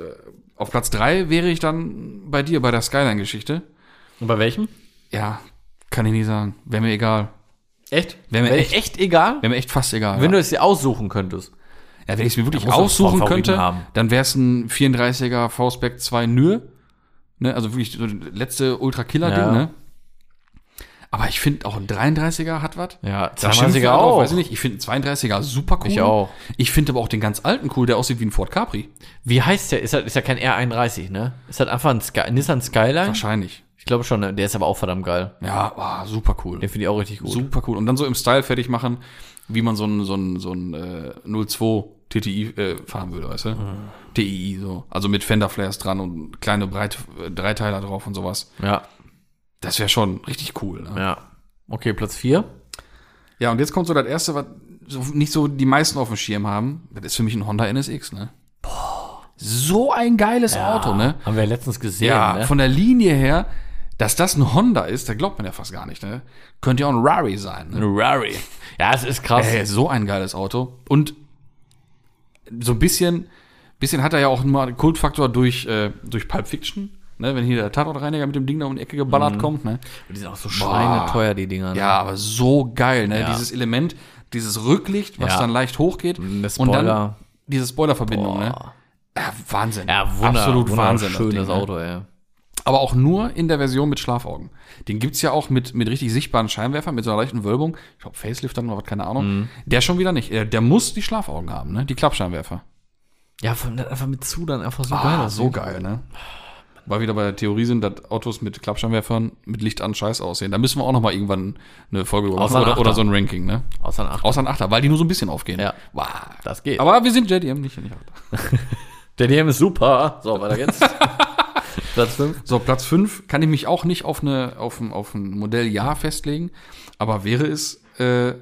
B: auf Platz 3 wäre ich dann bei dir, bei der Skyline-Geschichte.
A: Und bei welchem?
B: Ja, kann ich nie sagen. Wäre mir egal.
A: Echt?
B: Wär mir
A: Wär
B: echt-
A: egal,
B: Wäre mir echt fast egal.
A: wenn
B: ja.
A: du es dir aussuchen könntest.
B: ja, wenn ich es mir wirklich
A: Da muss man
B: aussuchen
A: Favoriten
B: könnte,
A: haben.
B: dann wäre es ein 34er V-Spec 2 Nür. Ne, also wirklich so das letzte Ultra-Killer-Ding.
A: Ja.
B: Ne? Aber ich finde auch ein 33er hat was.
A: Ja,
B: Da schimpfen wir
A: 32er
B: drauf,
A: auch.
B: Weiß ich nicht. Ich finde einen 32er super cool.
A: Ich auch.
B: Ich finde aber auch den ganz alten cool, der aussieht wie ein Ford Capri.
A: Wie heißt der? Ist halt, ist ja kein R31, ne? Ist halt einfach ein Sky Nissan Skyline?
B: Wahrscheinlich.
A: Ich glaube schon, ne? der ist aber auch verdammt geil.
B: Ja, ah, super cool.
A: Den finde ich auch richtig gut.
B: Super cool. Und dann so im Style fertig machen, wie man so ein, so ein, so ein äh, 02 TTI äh, fahren würde, weißt du?
A: Mhm.
B: TII so. Also mit Fenderflares dran und kleine Breit äh, Dreiteiler drauf und sowas.
A: Ja,
B: Das wäre schon richtig cool. Ne? Ja.
A: ja. Okay, Platz 4.
B: und jetzt kommt so das erste, was so, nicht so die meisten auf dem Schirm haben. Das ist für mich ein Honda NSX, ne? Boah. So ein geiles Auto, ne?
A: Haben wir ja letztens gesehen,
B: Ja,
A: ne?
B: von der Linie her, dass das ein Honda ist, da glaubt man ja fast gar nicht, ne? Könnte ja auch ein Rari sein, ne?
A: Rari. Ja, es ist krass.
B: Ey, so ein geiles Auto. Und so ein bisschen, bisschen hat er ja auch mal einen Kultfaktor durch, äh, durch Pulp Fiction. Ne, wenn hier der Tatortreiniger mit dem Ding da um die Ecke
A: Mhm.
B: geballert kommt. Ne?
A: Die sind auch so schweineteuer, die Dinger. ne?
B: Ja, aber so geil. Ne?
A: Ja.
B: Dieses Element, dieses Rücklicht, was
A: Ja. Mhm,
B: dann leicht hochgeht.
A: Das
B: Und dann
A: Spoiler.
B: diese Spoiler-Verbindung. Ne?
A: Boah.
B: Ja, Wahnsinn.
A: Ja, wunder,
B: Absolut Wahnsinn. das Ding,
A: Schönes
B: ne?
A: Auto, ey.
B: Aber auch nur in der Version mit Schlafaugen. Den gibt's ja auch mit, mit richtig sichtbaren Scheinwerfern, mit so einer leichten Wölbung. Ich glaube, Facelift dann oder was, keine Ahnung.
A: Mhm.
B: Der schon wieder nicht. Der, der muss die Schlafaugen haben, ne? Die Klappscheinwerfer.
A: Ja, von, ne, einfach mit zu dann einfach
B: Ah,
A: Ah, so geil. aussieht.
B: geil, ne? Weil wir wieder bei der Theorie sind, dass Autos mit Klappscheinwerfern mit Licht an Scheiß aussehen. Da müssen wir auch noch mal irgendwann eine Folge über
A: Außer ein
B: oder, oder
A: Achter.
B: so ein Ranking, ne?
A: Außer ein Achter.
B: Außer ein Achter, weil die nur so ein bisschen aufgehen.
A: Ja.
B: Wow.
A: Das geht.
B: Aber wir sind JDM nicht, nicht Achter.
A: Der DM ist super. So, weiter geht's. Platz 5.
B: So, Platz 5 kann ich mich auch nicht auf, eine, auf, ein, auf ein Modelljahr festlegen, aber wäre es äh, ein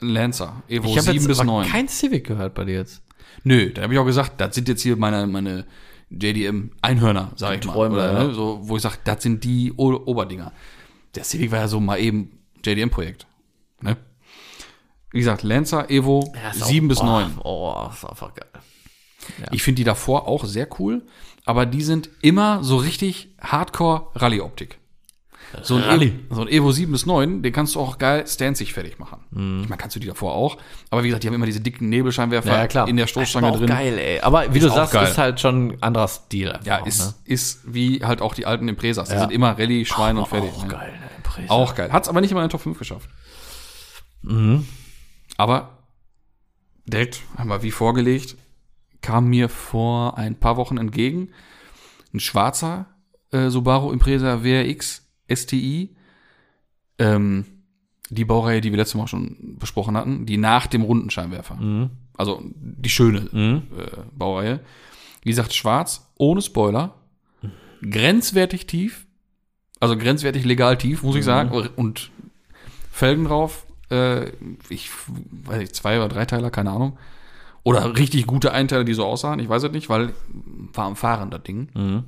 B: Lancer, Evo
A: Ich habe
B: 7
A: jetzt
B: bis
A: aber
B: 9.
A: kein Civic gehört bei dir jetzt.
B: Nö, da habe ich auch gesagt, das sind jetzt hier meine, meine JDM-Einhörner, sage ich mal.
A: Träume,
B: Oder,
A: ja.
B: ne, so, wo ich sage, das sind die o Oberdinger. Der Civic war ja so mal eben JDM-Projekt. Ne? Wie gesagt, Lancer, Evo 7 bis 9.
A: Oh, ist einfach geil.
B: Ich finde die davor auch sehr cool, aber die sind immer so richtig Hardcore Rallye-Optik. So ein,
A: Rallye.
B: Evo, so ein Evo 7 bis 9, den kannst du auch geil stanzig fertig machen.
A: Mhm.
B: Ich meine, kannst du die davor auch. Aber wie gesagt, die haben immer diese dicken Nebelscheinwerfer in der Stoßstange
A: ist aber
B: drin.
A: auch geil, ey. Aber wie du
B: auch
A: sagst,
B: geil.
A: ist halt schon ein anderer Stil. einfach
B: Ja,
A: auch,
B: ist,
A: ne?
B: ist wie halt auch die alten Impresas. Die sind immer Rallye, Schwein und fertig.
A: auch
B: ne?
A: geil. ne? Präse.
B: Auch geil. Hat's aber nicht immer in den Top 5 geschafft.
A: Mhm.
B: Aber direkt, einmal wie vorgelegt, kam mir vor ein paar Wochen entgegen ein schwarzer äh, Subaru Impreza WRX STI. Ähm, die Baureihe, die wir letztes Mal schon besprochen hatten, die nach dem runden Scheinwerfer. Also die schöne äh, Baureihe. Wie gesagt, schwarz, ohne Spoiler, grenzwertig tief, also grenzwertig legal tief, muss ich sagen. Und Felgen drauf, äh, ich weiß nicht, zwei oder drei Teiler, keine Ahnung. Oder richtig gute Einteiler, die so aussahen, ich weiß es nicht, weil war am Fahren das Ding.
A: Hm,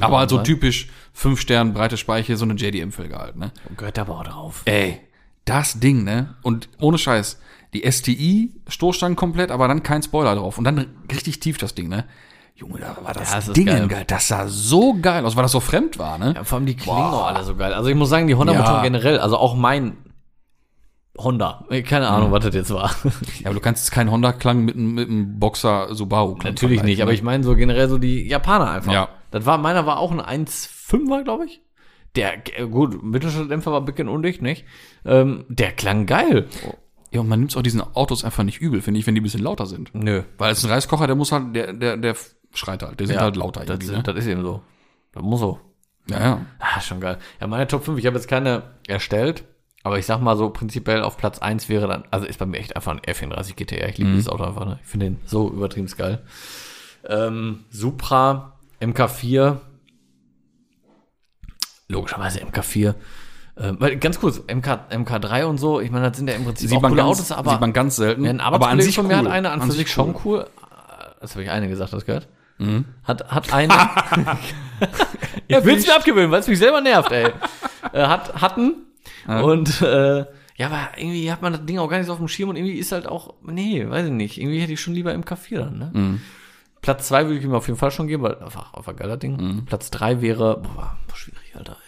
B: Aber
A: ne?
B: also typisch fünf Sterne breite Speiche, so eine JDM-Felge halt, ne?
A: Gehört aber auch drauf.
B: Ey, Das Ding, ne? Und ohne Scheiß, die STI Stoßstangen komplett, aber dann kein Spoiler drauf und dann richtig tief das Ding, ne? Junge, da war das,
A: Ja, das ist
B: Ding
A: geil.
B: geil. Das sah so geil aus, weil das so fremd war, ne?
A: Ja, vor allem die klingen auch alle so geil. Also ich muss sagen, die Honda-Motoren
B: Ja.
A: generell, also auch mein Honda. Keine Ahnung,
B: Mhm.
A: was das jetzt war.
B: Ja, aber du kannst jetzt keinen Honda-Klang mit, einem- mit einem Boxer Subaru -Klang
A: Natürlich nicht, aber ich meine so generell so die Japaner einfach.
B: ne? Ja.
A: Das war, meiner war auch ein 1,5er, glaube ich. Der, äh, gut, Mittelstanddämpfer war ein bisschen undicht, nicht? Ähm, der klang geil.
B: Ja, und man nimmt auch diesen Autos einfach nicht übel, finde ich, wenn die ein bisschen lauter sind.
A: Nö.
B: Weil es ist ein Reiskocher, der muss halt, der, der, der schreit halt, der sind halt lauter
A: das,
B: irgendwie, ne?
A: das ist eben so. Das muss so.
B: Ja, ja.
A: Ah, schon geil. Ja, meine Top 5, ich habe jetzt keine erstellt, aber ich sag mal so, prinzipiell auf Platz 1 wäre dann, also ist bei mir echt einfach ein F34 GTR. Ich liebe
B: Mhm.
A: dieses Auto einfach, ne? Ich finde den so übertrieben geil. Ähm, Supra, MK4. Logischerweise MK4. Ähm, weil ganz kurz, MK, MK3 und so, ich meine, das sind ja im Prinzip auch coole Autos, aber
B: sieht man ganz selten.
A: ja, ein Arbeitskollege von mir
B: cool.
A: hat eine an, für sich schon
B: cool.
A: cool. Mhm. Das habe ich eine gesagt, hast du gehört? Hat, hat eine. ich will es mir abgewöhnen, weil es mich selber nervt, ey. Äh, hat, hatten. Und äh, ja, aber irgendwie hat man das Ding auch gar nicht so auf dem Schirm und irgendwie ist halt auch, nee, weiß ich nicht. Irgendwie hätte ich schon lieber im K4 dann, ne?
B: Mhm.
A: Platz 2 würde ich ihm auf jeden Fall schon geben, weil einfach, einfach ein geiler Ding.
B: Mhm.
A: Platz 3 wäre, boah, schwierig, Alter.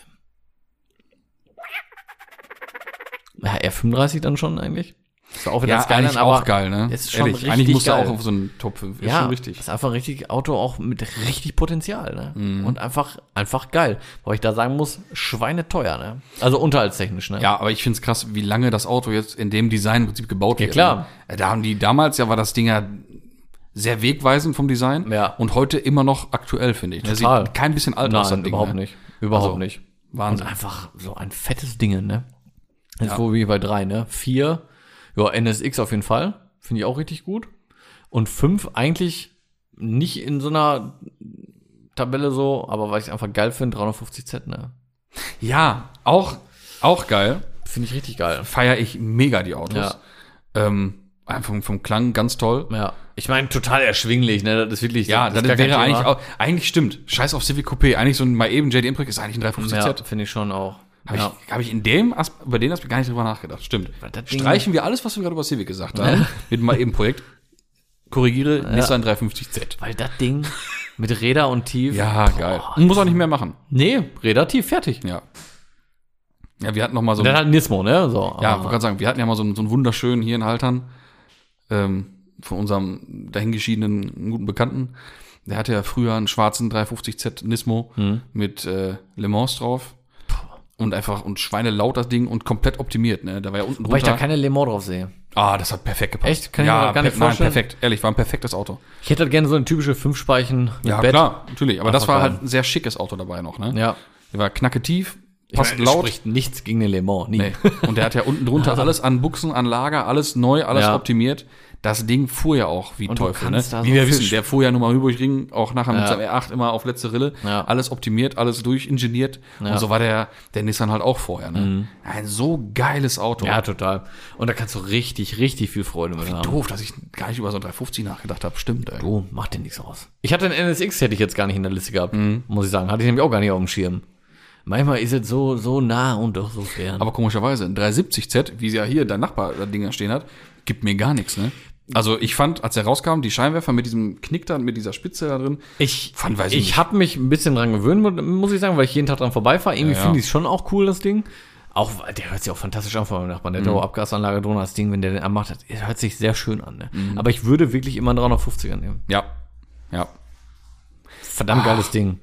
A: Ja, R35 dann schon eigentlich. Ist auch wieder
B: Ja,
A: ein Skyline,
B: eigentlich auch geil, ne?
A: ist schon richtig
B: eigentlich muss er
A: geil.
B: auch auf so einen Top 5. Ist
A: ja,
B: schon richtig.
A: ist einfach ein richtig Auto auch mit richtig Potenzial, ne?
B: Mhm.
A: Und einfach, einfach geil. Weil ich da sagen muss, schweineteuer, ne? Also unterhaltstechnisch, ne?
B: Ja, aber ich finde es krass, wie lange das Auto jetzt in dem Design im Prinzip gebaut wird.
A: klar.
B: ne? Da haben die damals ja war das Ding ja sehr wegweisend vom Design
A: Ja.
B: und heute immer noch aktuell, finde ich. Das
A: Total.
B: sieht kein bisschen alt aus. das
A: Nein,
B: Ding,
A: überhaupt
B: ne?
A: nicht. Überhaupt
B: Also,
A: nicht. Und
B: Wahnsinn.
A: einfach so ein fettes Ding, ne? Jetzt wo wir bei drei, ne? Vier, ja, NSX auf jeden Fall. Finde ich auch richtig gut. Und fünf eigentlich nicht in so einer Tabelle so, aber weil ich einfach geil finde, 350Z, ne?
B: Ja, auch, auch geil.
A: Finde ich richtig geil.
B: Feiere ich mega die Autos.
A: Ja.
B: Ähm, einfach vom, vom Klang ganz toll.
A: Ja. Ich meine, total erschwinglich, ne? Das ist wirklich.
B: Ja,
A: das
B: das
A: ist gar kein
B: wäre eigentlich
A: Thema.
B: auch, eigentlich stimmt. Scheiß auf Civic Coupé. Eigentlich so ein mal eben JDM Prick ist eigentlich ein 350Z.
A: Ja, finde ich schon auch.
B: Habe
A: ja.
B: ich, hab ich in dem Aspe- über den Aspekt gar nicht drüber nachgedacht. Stimmt.
A: das Ding-
B: Streichen wir alles, was wir gerade über Civic gesagt haben, mit mal eben Projekt. Korrigiere Nissan 350Z.
A: Weil das Ding mit Räder und Tief.
B: Ja, geil. Muss auch nicht mehr machen.
A: Nee, Räder tief, fertig.
B: Ja. Ja, wir hatten noch mal so.
A: Dann halt Nismo, ne? So.
B: ja, ich
A: aber-
B: wollte gerade sagen, wir hatten ja mal so, einen- so einen wunderschönen hier in Haltern ähm, von unserem dahingeschiedenen guten Bekannten. Der hatte ja früher einen schwarzen 350Z Nismo
A: Mhm.
B: mit äh, Le Mans drauf. Und einfach und Schweine laut das Ding und komplett optimiert, ne? Da war ja unten
A: Wobei ich da keine Le Mans drauf sehe.
B: Ah, das hat perfekt gepasst.
A: Echt? Kann ich
B: ja,
A: mir gar nicht
B: per- nein,
A: vorstellen.
B: perfekt. Ehrlich, war ein perfektes Auto.
A: Ich hätte halt gerne so eine typische Fünfspeichen mit Bett.
B: klar, natürlich. Aber das
A: Einfach
B: war
A: geil.
B: halt ein sehr schickes Auto dabei noch, ne?
A: Ja.
B: Der war knacke tief, passt
A: Passt laut.
B: laut.
A: Spricht nichts gegen den Le Mans, nie.
B: Nee. Und der hat ja unten drunter alles an Buchsen, an Lager, alles neu, alles
A: Ja.
B: optimiert. Das Ding fuhr ja auch wie
A: du
B: Teufel, ne?
A: kannst da
B: Wie
A: so
B: wir
A: viel
B: wissen,
A: Sp-
B: der fuhr ja nochmal Hüburg-Ring, auch nachher mit
A: Ja.
B: seinem R8 immer auf letzte Rille.
A: Ja.
B: Alles optimiert, alles durchingeniert. Und so war der, der Nissan halt auch vorher, ne? Ein so geiles Auto.
A: Mhm. Ja, total. Und da kannst du richtig, richtig viel Freude mit haben.
B: Doof, dass ich gar nicht über so ein 350 nachgedacht habe. Stimmt, ey.
A: Du, macht dir nichts aus. Mhm. Ich hatte einen NSX, hätte ich jetzt gar nicht in der Liste gehabt, muss ich sagen. Hatte ich nämlich auch gar nicht auf dem Schirm. Manchmal ist es so, so nah und doch so fern.
B: Aber komischerweise, ein 370Z, wie sie ja hier dein Nachbar das Ding da stehen hat, gibt mir gar nichts, ne? Also ich fand, als er rauskam, die Scheinwerfer mit diesem Knick da, mit dieser Spitze da drin.
A: Ich,
B: Fand, weiß ich
A: ich
B: nicht.
A: habe mich ein bisschen dran gewöhnt, mu- muss ich sagen, weil ich jeden Tag dran vorbeifahre. Irgendwie
B: Ja, ja.
A: finde ich es schon auch cool, das Ding. Auch, weil- der hört sich auch fantastisch an von meinem Nachbarn. Der
B: Mhm.
A: hat auch Abgasanlage drunter, das Ding, wenn der den anmacht, das hört sich sehr schön an. Ne?
B: Mhm.
A: Aber ich würde wirklich immer einen 350er nehmen.
B: Ja. Ja.
A: Verdammt
B: Ah.
A: geiles Ding.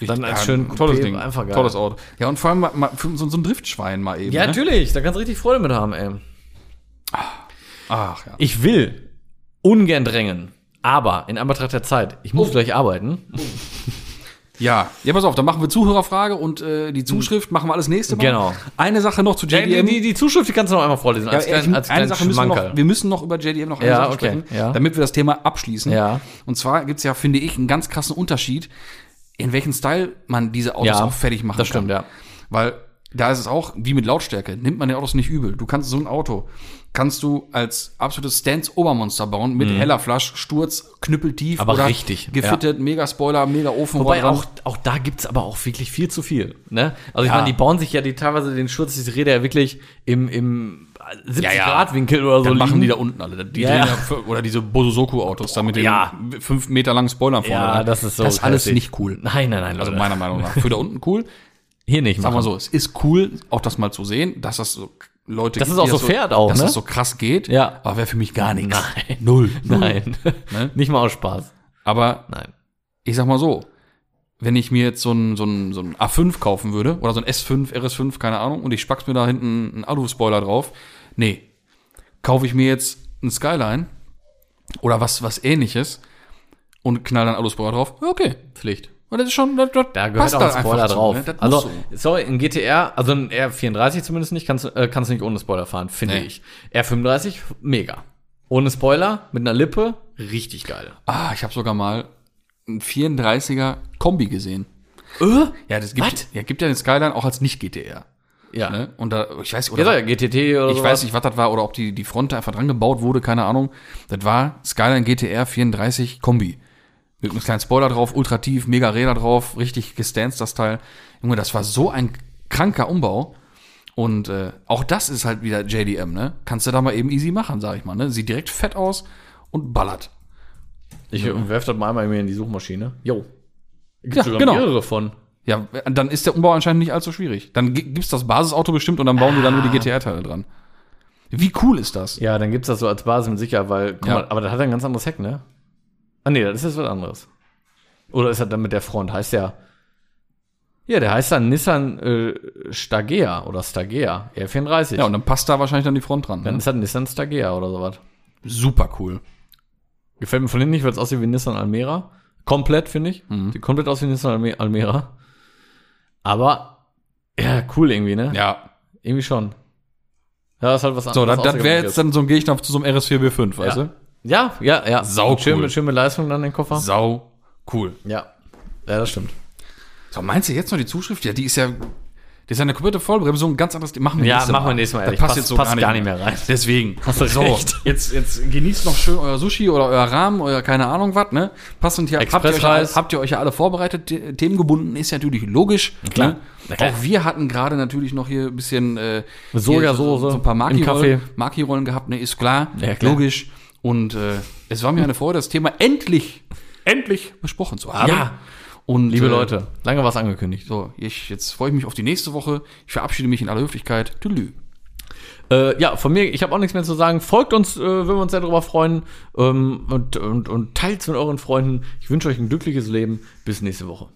A: Dann als schön
B: tolles
A: Coupé,
B: Ding.
A: einfach geil.
B: Tolles Auto. Ja, und vor allem mal, mal für so, so ein Driftschwein mal eben.
A: Ja,
B: ne?
A: natürlich, da kannst du richtig Freude mit haben, ey.
B: Ach ja.
A: Ich will ungern drängen, aber in Anbetracht der Zeit, ich
B: Oh.
A: muss gleich arbeiten.
B: Ja. Ja, pass auf, dann machen wir Zuhörerfrage und äh, die Zuschrift machen wir alles nächste Mal.
A: Hm. Genau.
B: Eine Sache noch zu JDM.
A: Die, die, die Zuschrift, die kannst du noch einmal vorlesen,
B: Ja,
A: als,
B: ich,
A: klein, als
B: eine
A: kleinen
B: Sache müssen wir,
A: Schmankerl.
B: noch, wir müssen noch über JDM noch eine
A: Ja,
B: Sache
A: okay,
B: sprechen,
A: ja.
B: damit wir das Thema abschließen.
A: Ja.
B: Und zwar gibt's ja, finde ich, einen ganz krassen Unterschied, in welchem Style man diese Autos
A: Ja,
B: auch fertig machen
A: das stimmt,
B: kann.
A: ja.
B: Weil da ist es auch wie mit Lautstärke, nimmt man den Autos nicht übel. Du kannst so ein Auto, kannst du als absolutes Stance-Obermonster bauen mit heller Flasch, Sturz, knüppeltief
A: Mhm. Aber richtig,
B: gefittet, mega Spoiler, mega Ofen.
A: Wobei
B: dran.
A: auch, auch da gibt's aber auch wirklich viel zu viel. Ne? Also ich
B: Ja.
A: meine, die bauen sich ja die teilweise den Schutz, ich rede ja wirklich im, im 70
B: ja.
A: Grad Winkel oder so.
B: Dann machen die
A: liegen.
B: da unten alle. Die
A: Ja,
B: drehen
A: ja.
B: ja. für- oder diese Bososoku-Autos da mit den
A: Ja.
B: fünf Meter langen Spoilern vorne.
A: ja,
B: dran.
A: das ist so.
B: Das ist alles
A: hässlich.
B: nicht cool.
A: Nein, nein, nein.
B: Also
A: Leute.
B: meiner Meinung nach. Für da unten cool.
A: hier nicht.
B: Sag
A: machen.
B: mal so, es ist cool, auch das mal zu sehen, dass das so Leute
A: Dass
B: gibt,
A: es auch
B: die
A: so fährt auch,
B: dass
A: ne?
B: das so krass geht.
A: Ja.
B: Aber wäre für mich gar nichts.
A: Nein.
B: Null. Null.
A: Nein.
B: Ne?
A: nicht mal aus Spaß.
B: Aber
A: Nein.
B: ich sag mal so, wenn ich mir jetzt so ein, so ein, so ein A5 kaufen würde oder so ein S5, RS5, keine Ahnung, und ich spack's mir da hinten einen Alu-Spoiler drauf, nee, kaufe ich mir jetzt einen Skyline oder was, was ähnliches und knall dann Alu-Spoiler drauf, ja, okay.
A: Pflicht.
B: Und das ist schon, das, das
A: Da gehört auch
B: da
A: ein Spoiler
B: einfach zu,
A: drauf.
B: ne? Das
A: Also,
B: muss so.
A: sorry, ein GTR, also ein R34 zumindest nicht, kannst, du- äh, kannst du nicht ohne Spoiler fahren, finde
B: Nee.
A: ich. R35, mega. Ohne Spoiler, mit einer Lippe, richtig geil.
B: Ah, ich habe sogar mal einen 34er Kombi gesehen.
A: Äh?
B: Ja, das gibt,
A: Was?
B: ja, gibt ja den Skyline auch als Nicht-GTR.
A: Ja.
B: Ne? Und da, ich weiß,
A: Ja,
B: oder
A: sag ja, GTT oder
B: Ich weiß nicht, was das war oder ob die, die Front da einfach dran gebaut wurde, keine Ahnung. Das war Skyline GTR 34 Kombi. Mit einem kleinen Spoiler drauf, ultra tief, mega Räder drauf, richtig gestanzt das Teil. Junge, das war so ein kranker Umbau. Und äh, auch das ist halt wieder JDM, ne? Kannst du da mal eben easy machen, sag ich mal, ne? Sieht direkt fett aus und ballert.
A: Ich werf das mal einmal mir in die Suchmaschine. Jo. Gibt's
B: Ja,
A: sogar
B: genau.
A: mehrere von.
B: Ja, dann ist der Umbau anscheinend nicht allzu schwierig. Dann gi- gibt's das Basisauto bestimmt und dann bauen die dann nur die GTR-Teile dran. Wie cool ist das?
A: Ah. Ja, dann gibt's das so als Basis mit sicher, weil, guck
B: Ja.
A: mal, aber das hat ein ganz anderes Heck, ne? Ah, nee, das ist jetzt was anderes. Oder ist das dann mit der Front? Heißt ja. Ja, der heißt dann Nissan äh, Stagea oder Stagea R34.
B: Ja, und dann passt da wahrscheinlich dann die Front dran.
A: dann
B: Ne?
A: ist das Nissan Stagea oder sowas.
B: Super cool.
A: Gefällt mir von hinten nicht, weil es aussieht wie Nissan Almera. Komplett, finde ich. Sieht komplett aus wie Nissan Alme Almera. Aber, ja, cool irgendwie, ne?
B: Ja,
A: Irgendwie schon. Ja, ist halt was
B: So, das, das wäre
A: ausgewählt
B: jetzt
A: ist.
B: dann so ein Gegner zu so einem RS4 B5, weißt
A: ja.
B: du?
A: ja, ja, ja.
B: Sau
A: Schön,
B: cool.
A: mit- schön mit Leistung dann den Koffer.
B: Sau cool.
A: Ja. Ja, das stimmt.
B: So, meinst du jetzt noch die Zuschrift? Ja, die ist ja, die ist ja eine komplette Vollbremsung, ganz anders. Die machen wir
A: Ja,
B: nächstes
A: machen wir nächstes Mal,
B: Das
A: ehrlich.
B: passt
A: Passt-
B: jetzt so
A: passt
B: gar, nicht mehr
A: rein.
B: Deswegen.
A: Hast du
B: so,
A: recht.
B: Jetzt, jetzt genießt noch schön euer Sushi oder euer Rahmen, euer keine Ahnung was, ne? Passend hier. Habt ihr, euch,
A: Expressreis.
B: habt ihr euch ja alle vorbereitet? The- Themengebunden ist ja natürlich logisch.
A: Klar.
B: Ne?
A: Na klar.
B: Auch wir hatten gerade natürlich noch hier ein bisschen äh, hier so,
A: Sojasauce
B: so ein paar
A: im
B: Maki-Rollen
A: Kaffee.
B: Maki -Rollen gehabt, ne? Ist klar.
A: Ja, klar.
B: Logisch. Und äh, es war mir eine Freude, das Thema endlich, endlich besprochen zu haben.
A: Ja.
B: Und,
A: Liebe
B: äh,
A: Leute, lange war es angekündigt.
B: So, ich, jetzt freue ich mich auf die nächste Woche. Ich verabschiede mich in aller Höflichkeit. Tüdelü.
A: Äh, ja, von mir, ich habe auch nichts mehr zu sagen. Folgt uns, äh, würden wir uns sehr darüber freuen. Ähm, und und, und teilt es mit euren Freunden. Ich wünsche euch ein glückliches Leben. Bis nächste Woche.